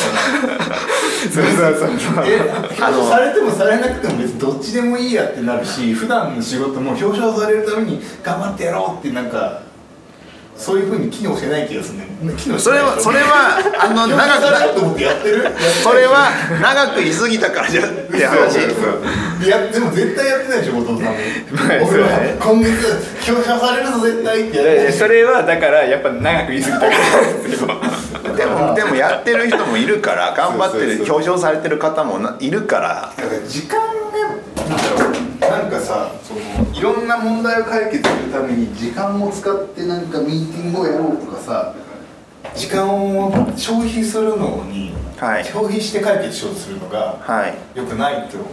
B: そうそうそう
C: なえ表彰されてもされなくても別にどっちでもいいやってなるし普段の仕事も表彰されるために頑張ってやろうってなんかそういうふうに機能してない気がするね機能し
A: そ
C: てな
A: れ
C: い
A: はそれはあの
C: 表
A: 長
C: 彰される
A: く
C: と思ってやってるやってない
A: それは長く居すぎたからじゃって話
C: そういやでも絶対やってないでしょ後藤さんも俺は今月表彰されるぞ絶対ってやって
B: いやい
C: ない
B: やそれはだからやっぱ長く言い過ぎたからですよ
A: でもでもやってる人もいるから頑張って
C: そうそう
A: る
C: そう
A: 表彰されてる方もないるから
C: だから時間がなんだろうなんかさそのいろんな問題を解決するために時間を使ってなんかミーティングをやろうとかさ時間を消費するのに、
A: はい
C: 消費して解決しようとするのが
A: はい
C: 良くないと思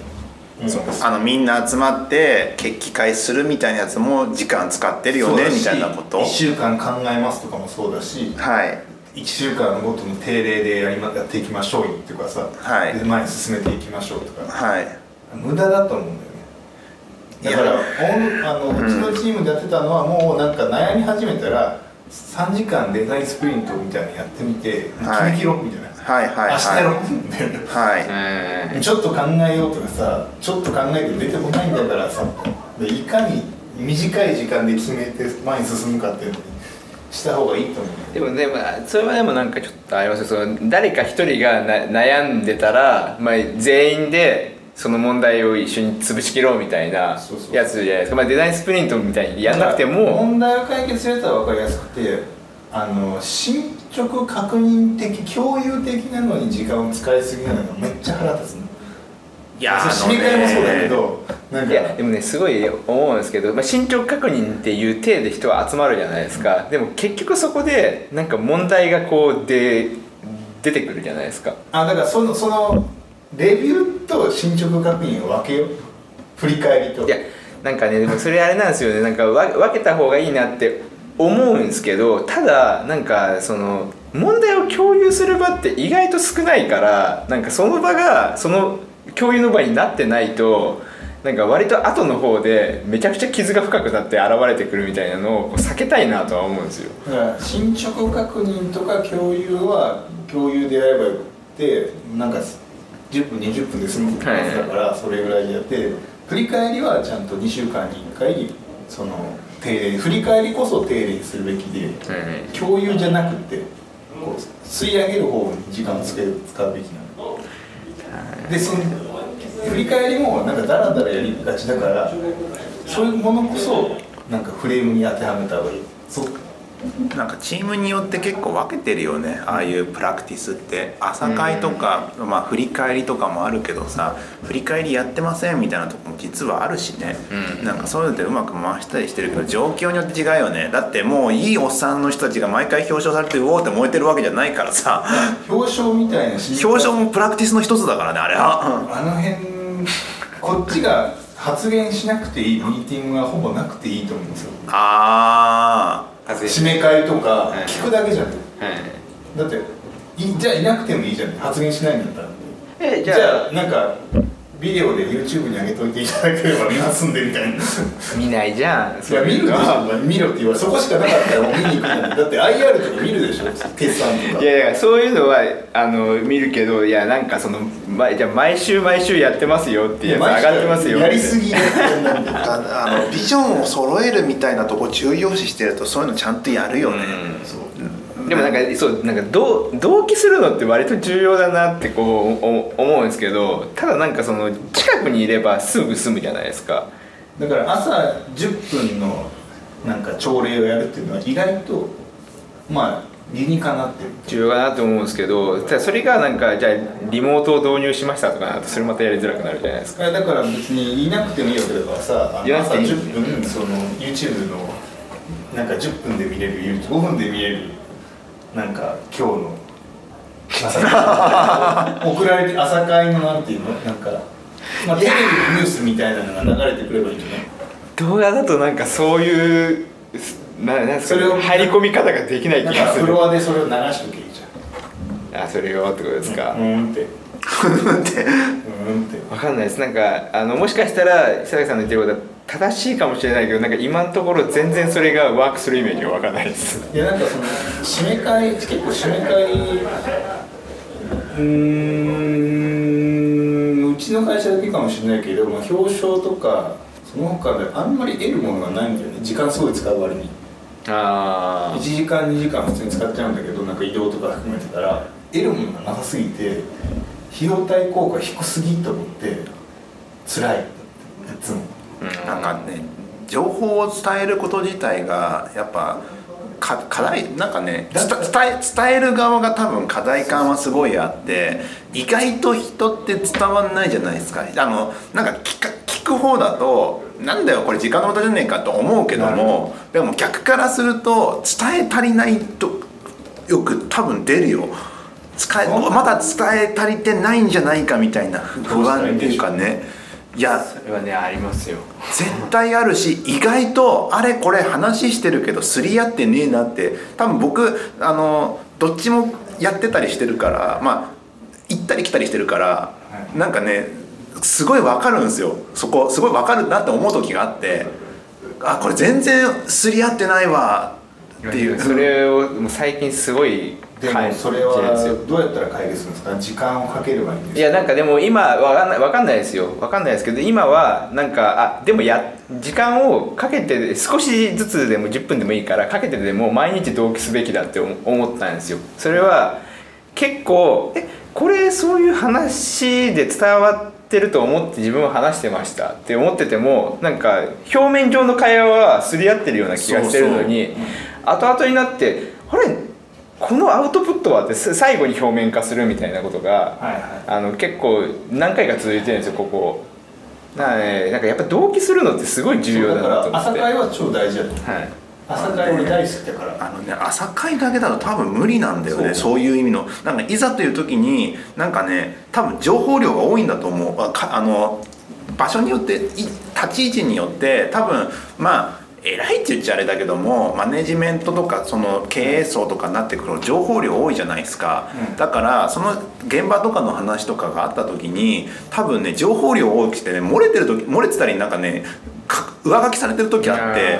C: うんですよ
A: あのみんな集まって決起会するみたいなやつも時間使ってるよねみたいなこと
C: 1週間考えますとかもそうだし
A: はい
C: 1週間ごとの定例でやりまやっていきましょうよっていうかさ、
A: はい
C: で前に進めていきましょうとか
A: はい
C: 無駄だと思うんだよねだからオンあの、うちのチームでやってたのはもうなんか悩み始めたら3時間デザインスプリントみたいなのやってみて決
A: はい
C: め切ろうみたいな、
A: はいはいはい
C: 明日やろうみたい
A: はい、
B: うん
C: なちょっと考えようとかさちょっと考えて出てこないんだからさでいかに短い時間で決めて前に進むかっていうのにした方がいいと思う
B: でもでもそれはでもなんかちょっとありますよその誰か一人がな悩んでたら、まあ、全員でその問題を一緒に潰しきろうみたいな
C: そうそう
B: やつじゃないですか、まあ、デザインスプリントみたいにやんなくても
C: 問題を解決するやつは分かりやすくてあの進捗確認的共有的なのに時間を使いすぎなのがめっちゃ腹立つの
B: いや
C: そ
B: あ
C: う
B: の
C: 市議会もそうだけどなん
B: いやで
C: か
B: もねすごい思うんですけど、まあ、進捗確認っていう体で人は集まるじゃないですか、でも結局そこでなんか問題がこうで出てくるじゃないですか
C: あだからそのそのレビューと進捗確認を分けよう振り返りと
B: いやなんかねでもそれあれなんですよねなんかわ分けた方がいいなって思うんですけどただなんかその問題を共有する場って意外と少ないからなんかその場がその共有の場になってないとなんか割と後の方でめちゃくちゃ傷が深くなって現れてくるみたいなのをこう避けたいなとは思うんですよ。
C: だから進捗確認とか共有は共有でやればよくてなんか10分20分で済むことだからそれぐらいやって振り返りはちゃんと2週間に1回その定例振り返りこそ定例にするべきで共有じゃなくてこう吸い上げる方に時間をつけ使うべきなのでその振り返りもなんかダラダラやりがちだからそういうものこそなんかフレームに当てはめた方がいいそう
A: なんかチームによって結構分けてるよねああいうプラクティスって朝会とか、まあ、振り返りとかもあるけどさ振り返りやってませんみたいなとこも実はあるしね、なんかそういうのでうまく回したりしてるけど状況によって違うよねだってもういいおっさんの人たちが毎回表彰されてうおーって燃えてるわけじゃないからさ
C: 表彰みたいなシーン
A: 表彰もプラクティスの一つだからねあれは。
C: あの辺こっちが発言しなくていいミーティングはほぼなくていいと思うんですよ
A: あー
C: 締め会とか
B: い
C: 聞くだけじゃん
B: はい
C: だっていじゃあいなくてもいいじゃん発言しないんだったら
B: え
C: じ
B: じ
C: ゃ
B: ゃ
C: あ
B: あ
C: なんかビデオで YouTube に上げといていただければ見ますんでみ たいない
B: 見ないじゃんそ
C: や
B: れ
C: 見るでしょ見ろって言わ れそこしかなかったらもう見に行くのにだって IR とか見るでしょ決算とか
B: いやいやそういうのはあの見るけどいやなんかその、ま、じゃあ毎週毎週やってますよってやつ上がってますよ
C: やりすぎやってんなみたいな
A: ああのビジョンを揃えるみたいなとこ重要視してるとそういうのちゃんとやるよね、
B: でもなんかそうなんか同同期するのって割と重要だなってこうお思うんですけどただなんかその近くにいればすぐ済むじゃないですか
C: だから朝10分のなんか朝礼をやるっていうのは意外とまあ理にかなってる
B: 重要だなって思うんですけどただそれがなんかじゃあリモートを導入しましたとかなるとそれまたやりづらくなるじゃないですか
C: いやだから別にいなくてもいいわけだからさあ
B: い
C: の
B: なく
C: 朝
B: ていい
C: 10分その YouTube のなんか10分で見れる YouTube 5分で見れるなんか今日の朝会送られて朝会のなんていうのなんか、まあ、テレビのニュースみたいなのが流れてくればいいんじゃない
B: 動画だとなんかそういうななんですかね
C: それを
B: 入り込み方ができない
C: なん
B: 気
C: か
B: がす
C: フ
B: る
C: ロアでそれを流しとけばいいじゃ
B: あそれがってことですか、
C: んうーんってう
A: って
C: ーんって
B: わかんないですなんかあのもしかしたら久崎さんの言ってることは正しいかもしれないけどなんか今のところ全然それがワークするイメージがわかんないです
C: いやなんかその締め会結構締め会うーんうちの会社だけかもしれないけど、まあ、表彰とかその他であんまり得るものがないんだよね時間すごい使う割に
B: あ
C: 1時間2時間普通に使っちゃうんだけどなんか移動とか含めてたら得るものがなさすぎて費用対効果低すぎと思って辛いいつも
A: なんかね情報を伝えること自体がやっぱか課題なんかね伝伝え伝える側が多分課題感はすごいあって意外と人って伝わんないじゃないですかあのなんか聞か聞く方だとなんだよこれ時間の無駄じゃねえかと思うけど
C: なる
A: もでも逆からすると伝え足りないとよく多分出るよ使え
C: そう
A: まだ伝え足りてないんじゃないかみたいな不安っていうかねいや
B: それはねありますよ
A: 絶対あるし意外とあれこれ話してるけどすり合ってねえなって多分僕あのどっちもやってたりしてるからまあ行ったり来たりしてるからなんかねすごいわかるんですよそこすごいわかるなって思う時があってあこれ全然すり合ってないわっていう
B: それをもう最近すごい
C: で
B: 感
C: も
B: じ
C: そ
B: るんで
C: れ
B: すよ
C: はどうやったら解決するんですか時間をかければいいんですか
B: いやなんかでも今わかんないわかんないですよわかんないですけど今はなんかあでもや時間をかけて少しずつでも10分でもいいからかけてでも毎日同期すべきだって思思ったんですよそれは結構えこれそういう話で伝わってると思って自分は話してましたって思っててもなんか表面上の会話はすり合ってるような気がしてるのに後々になってあれこのアウトプットはってす最後に表面化するみたいなことが、
C: はいはい
B: あの結構何回か続いてるんですよここな,、ね、なんかやっぱ同期するのってすごい重要
C: だ
B: だ
C: か
B: なと
C: ら
B: 思っ
C: 朝
B: て
C: 会は超大事だと思う
B: はい
D: 朝会俺大好きだから
A: あのね朝会だけだと多分無理なんだよねそういう意味のなんかいざという時になんかね多分情報量が多いんだと思うあかあの場所によってい立ち位置によって多分まあ偉いって言っちゃあれだけどもマネジメントとかその経営層とかになってくると情報量多いじゃないですか、だからその現場とかの話とかがあった時に多分ね情報量多くてね漏れてる時漏れてたりなんかねか上書きされてる時あって。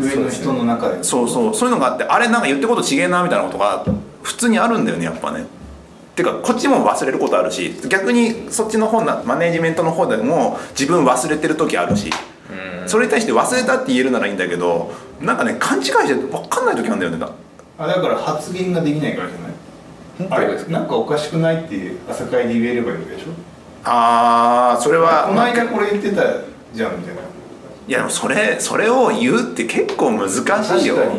C: 上の人の中で
A: そうそうそういうのがあってあれなんか言ってることちげえなみたいなことが普通にあるんだよねやっぱねてかこっちも忘れることあるし逆にそっちの方なマネジメントの方でも自分忘れてる時あるしそれに対して忘れたって言えるならいいんだけどなんかね勘違いして分かんない時なんだよねだ
C: あだから発言ができないからじゃないあれなんかおかしくないって朝会で言えればいいわけでしょ
A: あーそれ
C: この
A: は
C: 間これ言ってたじゃんみたいない
A: やでもそれそれを言うって結構難しい
C: 確
A: よ
C: かに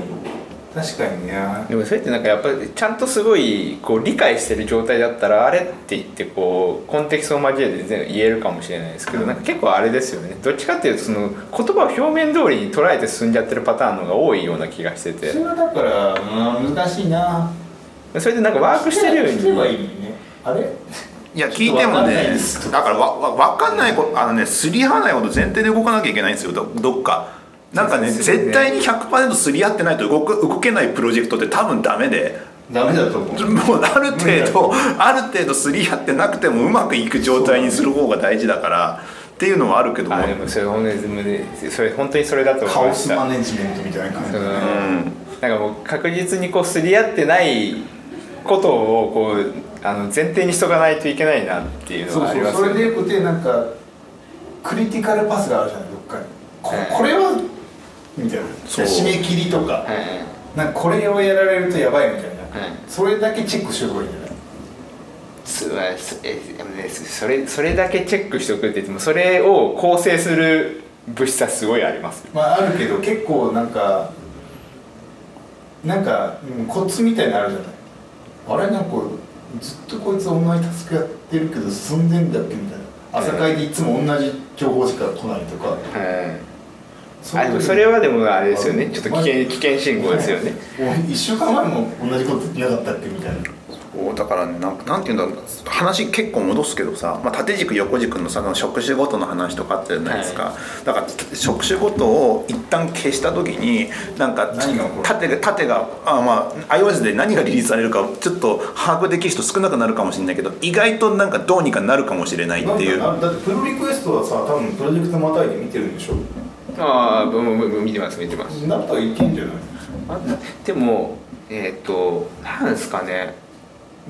C: 確かにね
B: でもそれってなんかやっぱりちゃんとすごいこう理解してる状態だったらあれって言ってこうコンテキストを交えて全然言えるかもしれないですけどなんか結構あれですよねどっちかっていうとその言葉を表面通りに捉えて進んじゃってるパターンの方が多いような気がしてて
C: それはだからうん難しいな
B: それでなんかワークしてるように
D: 聞けばいいのにねあれ
A: いや聞いても
D: わかんない
A: ね
D: です
A: だからわわ分かんないことあのねすり合わないこと前提で動かなきゃいけないんですよどどっかなんかね
B: そうですよね
A: 絶対に100%すり合ってないと動く動けないプロジェクトって多分ダメで
C: ダメだと思う
A: もうあ る
C: 無理だ
A: 程度ある程度すり合ってなくてもうまくいく状態にする方が大事だからっていうのはあるけども
B: あでもそれ本当にそれ本当にそれだと
C: カ
B: 思い
C: オ
B: ま
C: ス
B: し
C: マ
B: た
C: ネジメントみたいな感じ
B: う
C: だね
B: んなんかもう確実にこうすり合ってないことをこうあの前提にしとかないといけないなっていうの
C: そう
B: はあり
C: そ
B: ま
C: う
B: す
C: そ
B: よ
C: れで
B: ね
C: よくてなんかクリティカルパスがあるじゃないどっかにここれはみたいな
A: そう
C: 締め切りとか
B: はいはい
C: なんかこれをやられるとやばいみたいな、
B: はい
C: それだけチェックしとけばいいんじゃな
B: つま
C: い
B: そえでもねそれそれだけチェックしておくって言ってもそれを構成する物質はすごいあります
C: まああるけど結構なんかなんか、うん、コツみたいなのあるじゃないあれなんかずっとこいつ同じタスクやってるけど進んでんだっけみたいな朝会でいつも同じ情報しか来ないとか
B: はい
C: の
B: あ
C: 時
B: でも
C: に
B: それはでもあれですよねちょっと危険危険信号ですよね
C: もう1週間前も同じこと言ってなかったっけみたいな
A: そうだからねなんかなんていうんだろう話結構戻すけどさ、まあ、縦軸横軸のさその職種ごとの話とかあったじゃないですか、だから職種ごとを一旦消した時になんか
C: 何が起こる
A: 縦が縦があまあ iOS で何がリリースされるかちょっと把握できる人少なくなるかもしれないけど意外となんかどうにかなるかもしれないっていう
C: なんかだってプロリクエストはさ多分プロジェクトまたいで見てるんでしょ
B: ああもうもう見てます見てます
C: なんとかいけんじゃない
B: あでもえっ、となんですかね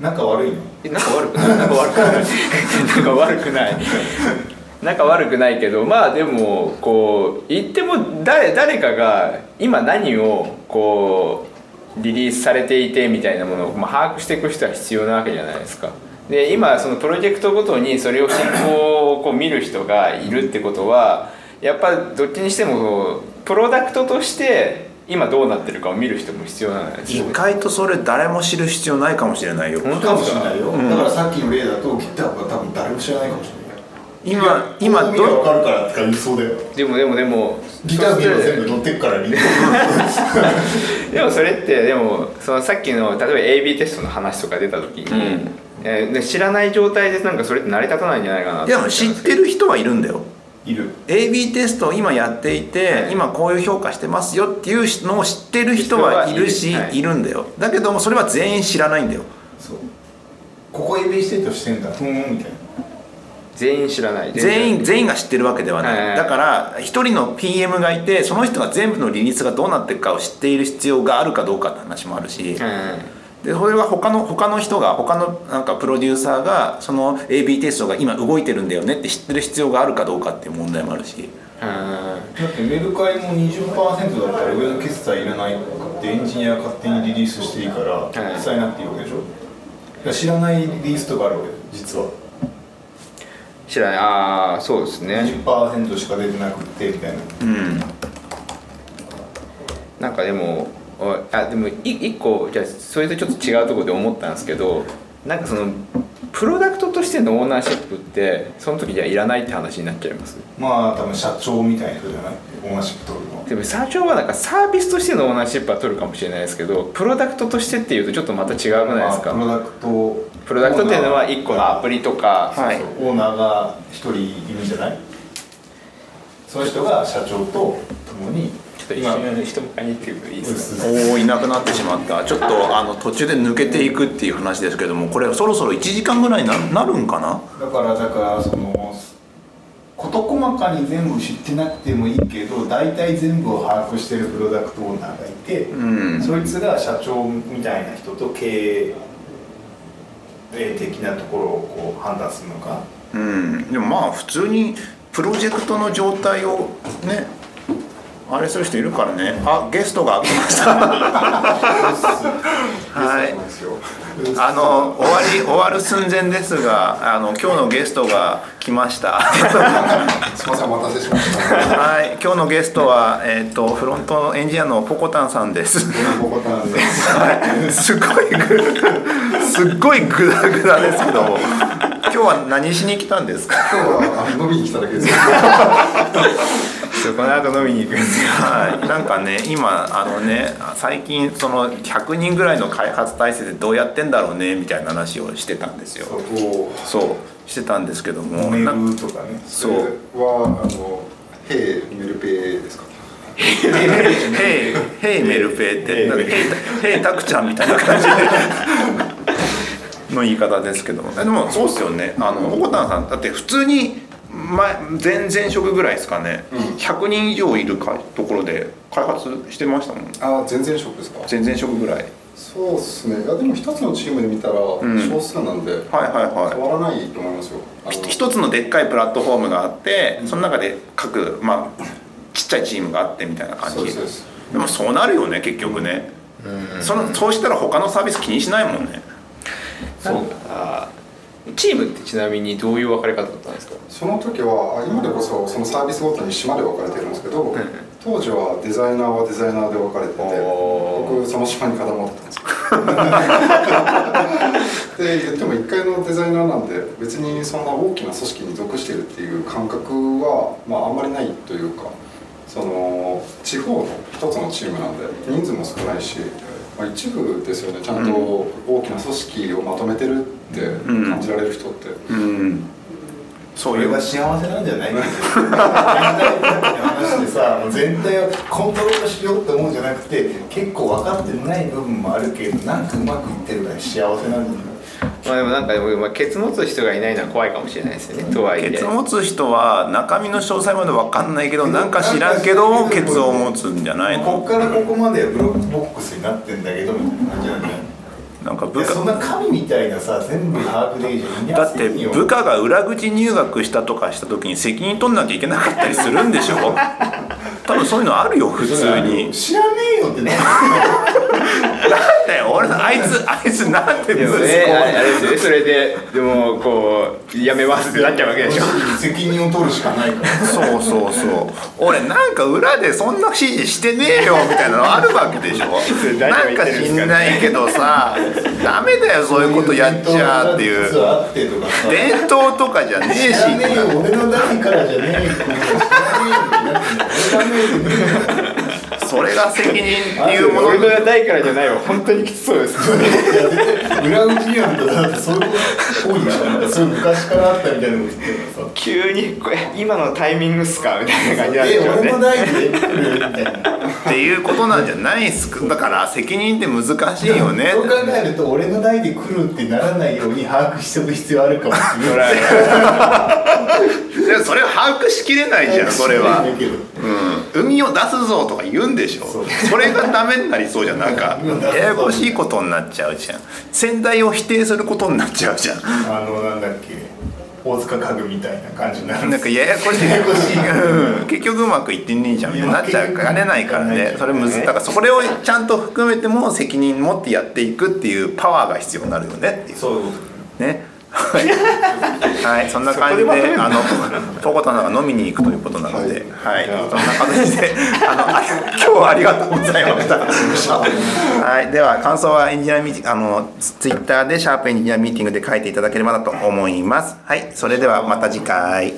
C: 仲悪いの
B: えなんか悪くないなんか悪くないなんか悪くない なんか悪くないけどまあでもこう言っても誰誰かが今何をこうリリースされていてみたいなものをまあ把握していく人は必要なわけじゃないですか。で今そのプロジェクトごとにそれを進行をこう見る人がいるってことはやっぱどっちにしてもこうプロダクトとして今どうなってるかを見る人も必要なんです
A: 意
B: よね。
A: 外とそれ誰も知る必要ないかもしれないよ
B: 本当
C: かもしれないよ、
A: うん
C: だからさっきの例だと GitHub は多分誰も知らないかもしれない
A: 今今
C: どう
A: ど
C: わかるからって言いそうだよ
B: でもでもでも
C: ギター見れば全部乗ってくからみんな
B: でもそれってでもそのさっきの例えば AB テストの話とか出た時に、
A: うん
B: えーで知らない状態でなんかそれって成り立たないんじゃないかなっ
A: い
B: て
A: やでも知ってる人はいるんだよ
C: いる
A: AB テストを今やっていて今こういう評価してますよっていうのを知ってる人はいるし
B: 人はいるはい
A: いるんだよだけどもそれは全員知らないんだよ
C: そうここ AB してとしてんだふーんみたいな
B: 全員知らない
A: 全員全員が知ってるわけでは
B: はい
A: ないだから一人の PM がいてその人が全部のリリースがどうなってるかを知っている必要があるかどうかって話もあるし
B: う
A: でそれは他の他の人が他のなんかプロデューサーがその AB テストが今動いてるんだよねって知ってる必要があるかどうかっていう問題もあるし
B: んうん
C: だってメルカリも20%だったら上の決済いらないってエンジニアが勝手にリリースしていいから
B: い
C: 決済なくていいわけでしょだから知らないリリースとかあるわけ実は
B: 知らないああそうですね
C: 20%しか出てなくてみたいな
A: うん
B: なんかでもおあでもい一個じゃあそれとちょっと違うところで思ったんですけどなんかそのプロダクトとしてのオーナーシップってその時じゃいらないって話になっちゃいます
C: まあ多分社長みたいな人じゃないオーナーシップ取るの
B: でも社長はなんかサービスとしてのオーナーシップは取るかもしれないですけどプロダクトとしてっていうとちょっとまた違うくないですか、
C: まあプロダクト
B: プロダクトっていうのは1個のアプリとか、
A: はい
C: そうオーナーが一人いるんじゃないその人が社長と共に
B: ちょっと一緒に人も買いに行ってもいいですか
A: おおいなくなってしまったちょっとあの途中で抜けていくっていう話ですけどもこれそろそろ1時間ぐらいにななるんかな
C: だからだからその事細かに全部知ってなくてもいいけど大体全部を把握してるプロダクトオーナーがいて、
A: うん
C: そいつが社長みたいな人と経営的なところをこう判断するのか
A: うんでもまあ普通にプロジェクトの状態をねあれする人いるからねあゲストが来ましたはい
C: そうですよ
A: あの終わり終わる寸前ですがあの今日のゲストが来ました
E: すみませんお待たせしま した。
A: はい今日のゲストはえっ、とフロントエンジニアのポコタンさんです
C: ここなんです
A: すっごいぐすっごいグダグダですけども今日は何しに来たんですか
E: 今日はあの飲みに来ただけです。
B: そうこの後飲みに行くんですよ
A: はい、なんかね今あのね最近その100人ぐらいの開発体制でどうやってんだろうねみたいな話をしてたんですよ
C: そこ
A: そうしてたんですけども
C: メ
A: なんか
C: ールとかね
A: そう
E: それはあのヘイメルペイですか。
A: 「ヘイヘイメルペイ」って「なんかヘイヘイタクちゃん」みたいな感じでの言い方ですけどもえでもそうっすよねあの鉾田さんだって普通に前前々職ぐらいですかね、100人以上いるかところで開発してましたもん
E: あ全然ショックですか。
A: 前々職ぐらい
E: そうですね。いやでも一つのチームで見たら
A: ん
E: 少数なんで、
A: はいはいはい
E: 変わらないと思いますよ。あの
A: ひ一つのでっかいプラットフォームがあってその中で各まあちっちゃいチームがあってみたいな感
E: そうで
A: じ
E: すそうです。
A: でもそうなるよね結局ねそのそうしたら他のサービス気にしないもんね
B: そうかチームってちなみにどういう分かれ方だったんですか
E: その時はあ今でこそそのサービスごとに島で分かれてるんですけど、当時はデザイナーはデザイナーで分かれてて
B: おー
E: 僕その島に固まってたんです よで言っても一階のデザイナーなんで別にそんな大きな組織に属してるっていう感覚は、まあ、あんまりないというかその地方の一つのチームなんで人数も少ないし、まあ、一部ですよねちゃんと大きな組織をまとめてるって感じられる人って。
A: うんそうい
C: 俺
A: う
C: が幸せなんじゃない全体の話でさもう全体をコントロールしようって思うんじゃなくて結構分かってない部分もあるけどなんかうまくいってるから幸せなんじゃない
B: まあでもなんかでも、まあ、ケツ持つ人がいないのは怖いかもしれないですよねとはいえ
A: ケツを持つ人は中身の詳細まで分かんないけどなんか知らんけどケツを持つんじゃない
C: こ
A: の
C: っからここまでブロックボックスになってんだけどみたいな感じなんだよ
A: なんか
C: い
A: 部
C: や
A: 下
C: そんな神みたいなさ全部把握できるじゃん
A: だって部下が裏口入学したとかした時に責任取んなきゃいけなかったりするんでしょ 多分そういうのあるよ普通に
C: 知らねえよってね
A: だよ俺あいつあいつなんて
B: で
A: 息
B: も
A: 子
B: ねあれあれですよねそれででもこうやめますってなっちゃうわけでしょ
C: 責任を取るしかないから
A: そうそうそう俺なんか裏でそんな指示してねえよみたいなのあ るわけでしょ
B: れ
A: な
B: 誰
A: ん
B: が
A: か
B: 言ってる
A: 知
B: んですかね
A: んないけど さダメだよそういうことやっちゃってい
C: 伝統
A: う
C: が実はあってとかさ
A: 伝統とかじゃねえ
C: 知
A: し
C: らねえよ俺の代からじゃねえよ知らねえよってなってんだよ俺がね
A: それが責任っていうもの
B: 俺の代からじゃないわ本当にきつそうです
C: えよ裏口にあるとだってそういうこと多いじゃんかそういう昔からあったみたいなこと言ってるからさ
B: 急にこれ今のタイミングっすかみたいな感じなんで
C: え
B: しょう
C: 俺
B: ね
C: の代で来るみたいな
A: っていうことなんじゃないっすかだから責任って難しいよね
C: そう考えると俺の代で来るってならないように把握しておく必要あるかもしれ
B: ほ
C: ない
B: ら
A: でもそれを把握しきれないじゃんそれは
C: だけど
A: うん、海を出すぞとか言うんでしょそれがダメになりそうじゃんなんかややこしいことになっちゃうじゃん先代を否定することになっちゃうじゃん
C: あのなんだっけ大塚家具みたいな感じになる
A: なんかややこしい
C: ややこしい
A: うん、結局うまくいってねえじゃんみたいになっちゃうかれないからねそれむずだからそれをちゃんと含めても責任持ってやっていくっていうパワーが必要になるよねっていう
C: そう
A: ね はい、そんな感じで、あの、とことなんか飲みに行くということなので、はい、そんな形で、あの、あ今日はありがとうございました。はい、では、感想はエンジニアミーティング、あの、ツイッターでシャープエンジニアミーティングで書いていただければなと思います。はい、それでは、また次回。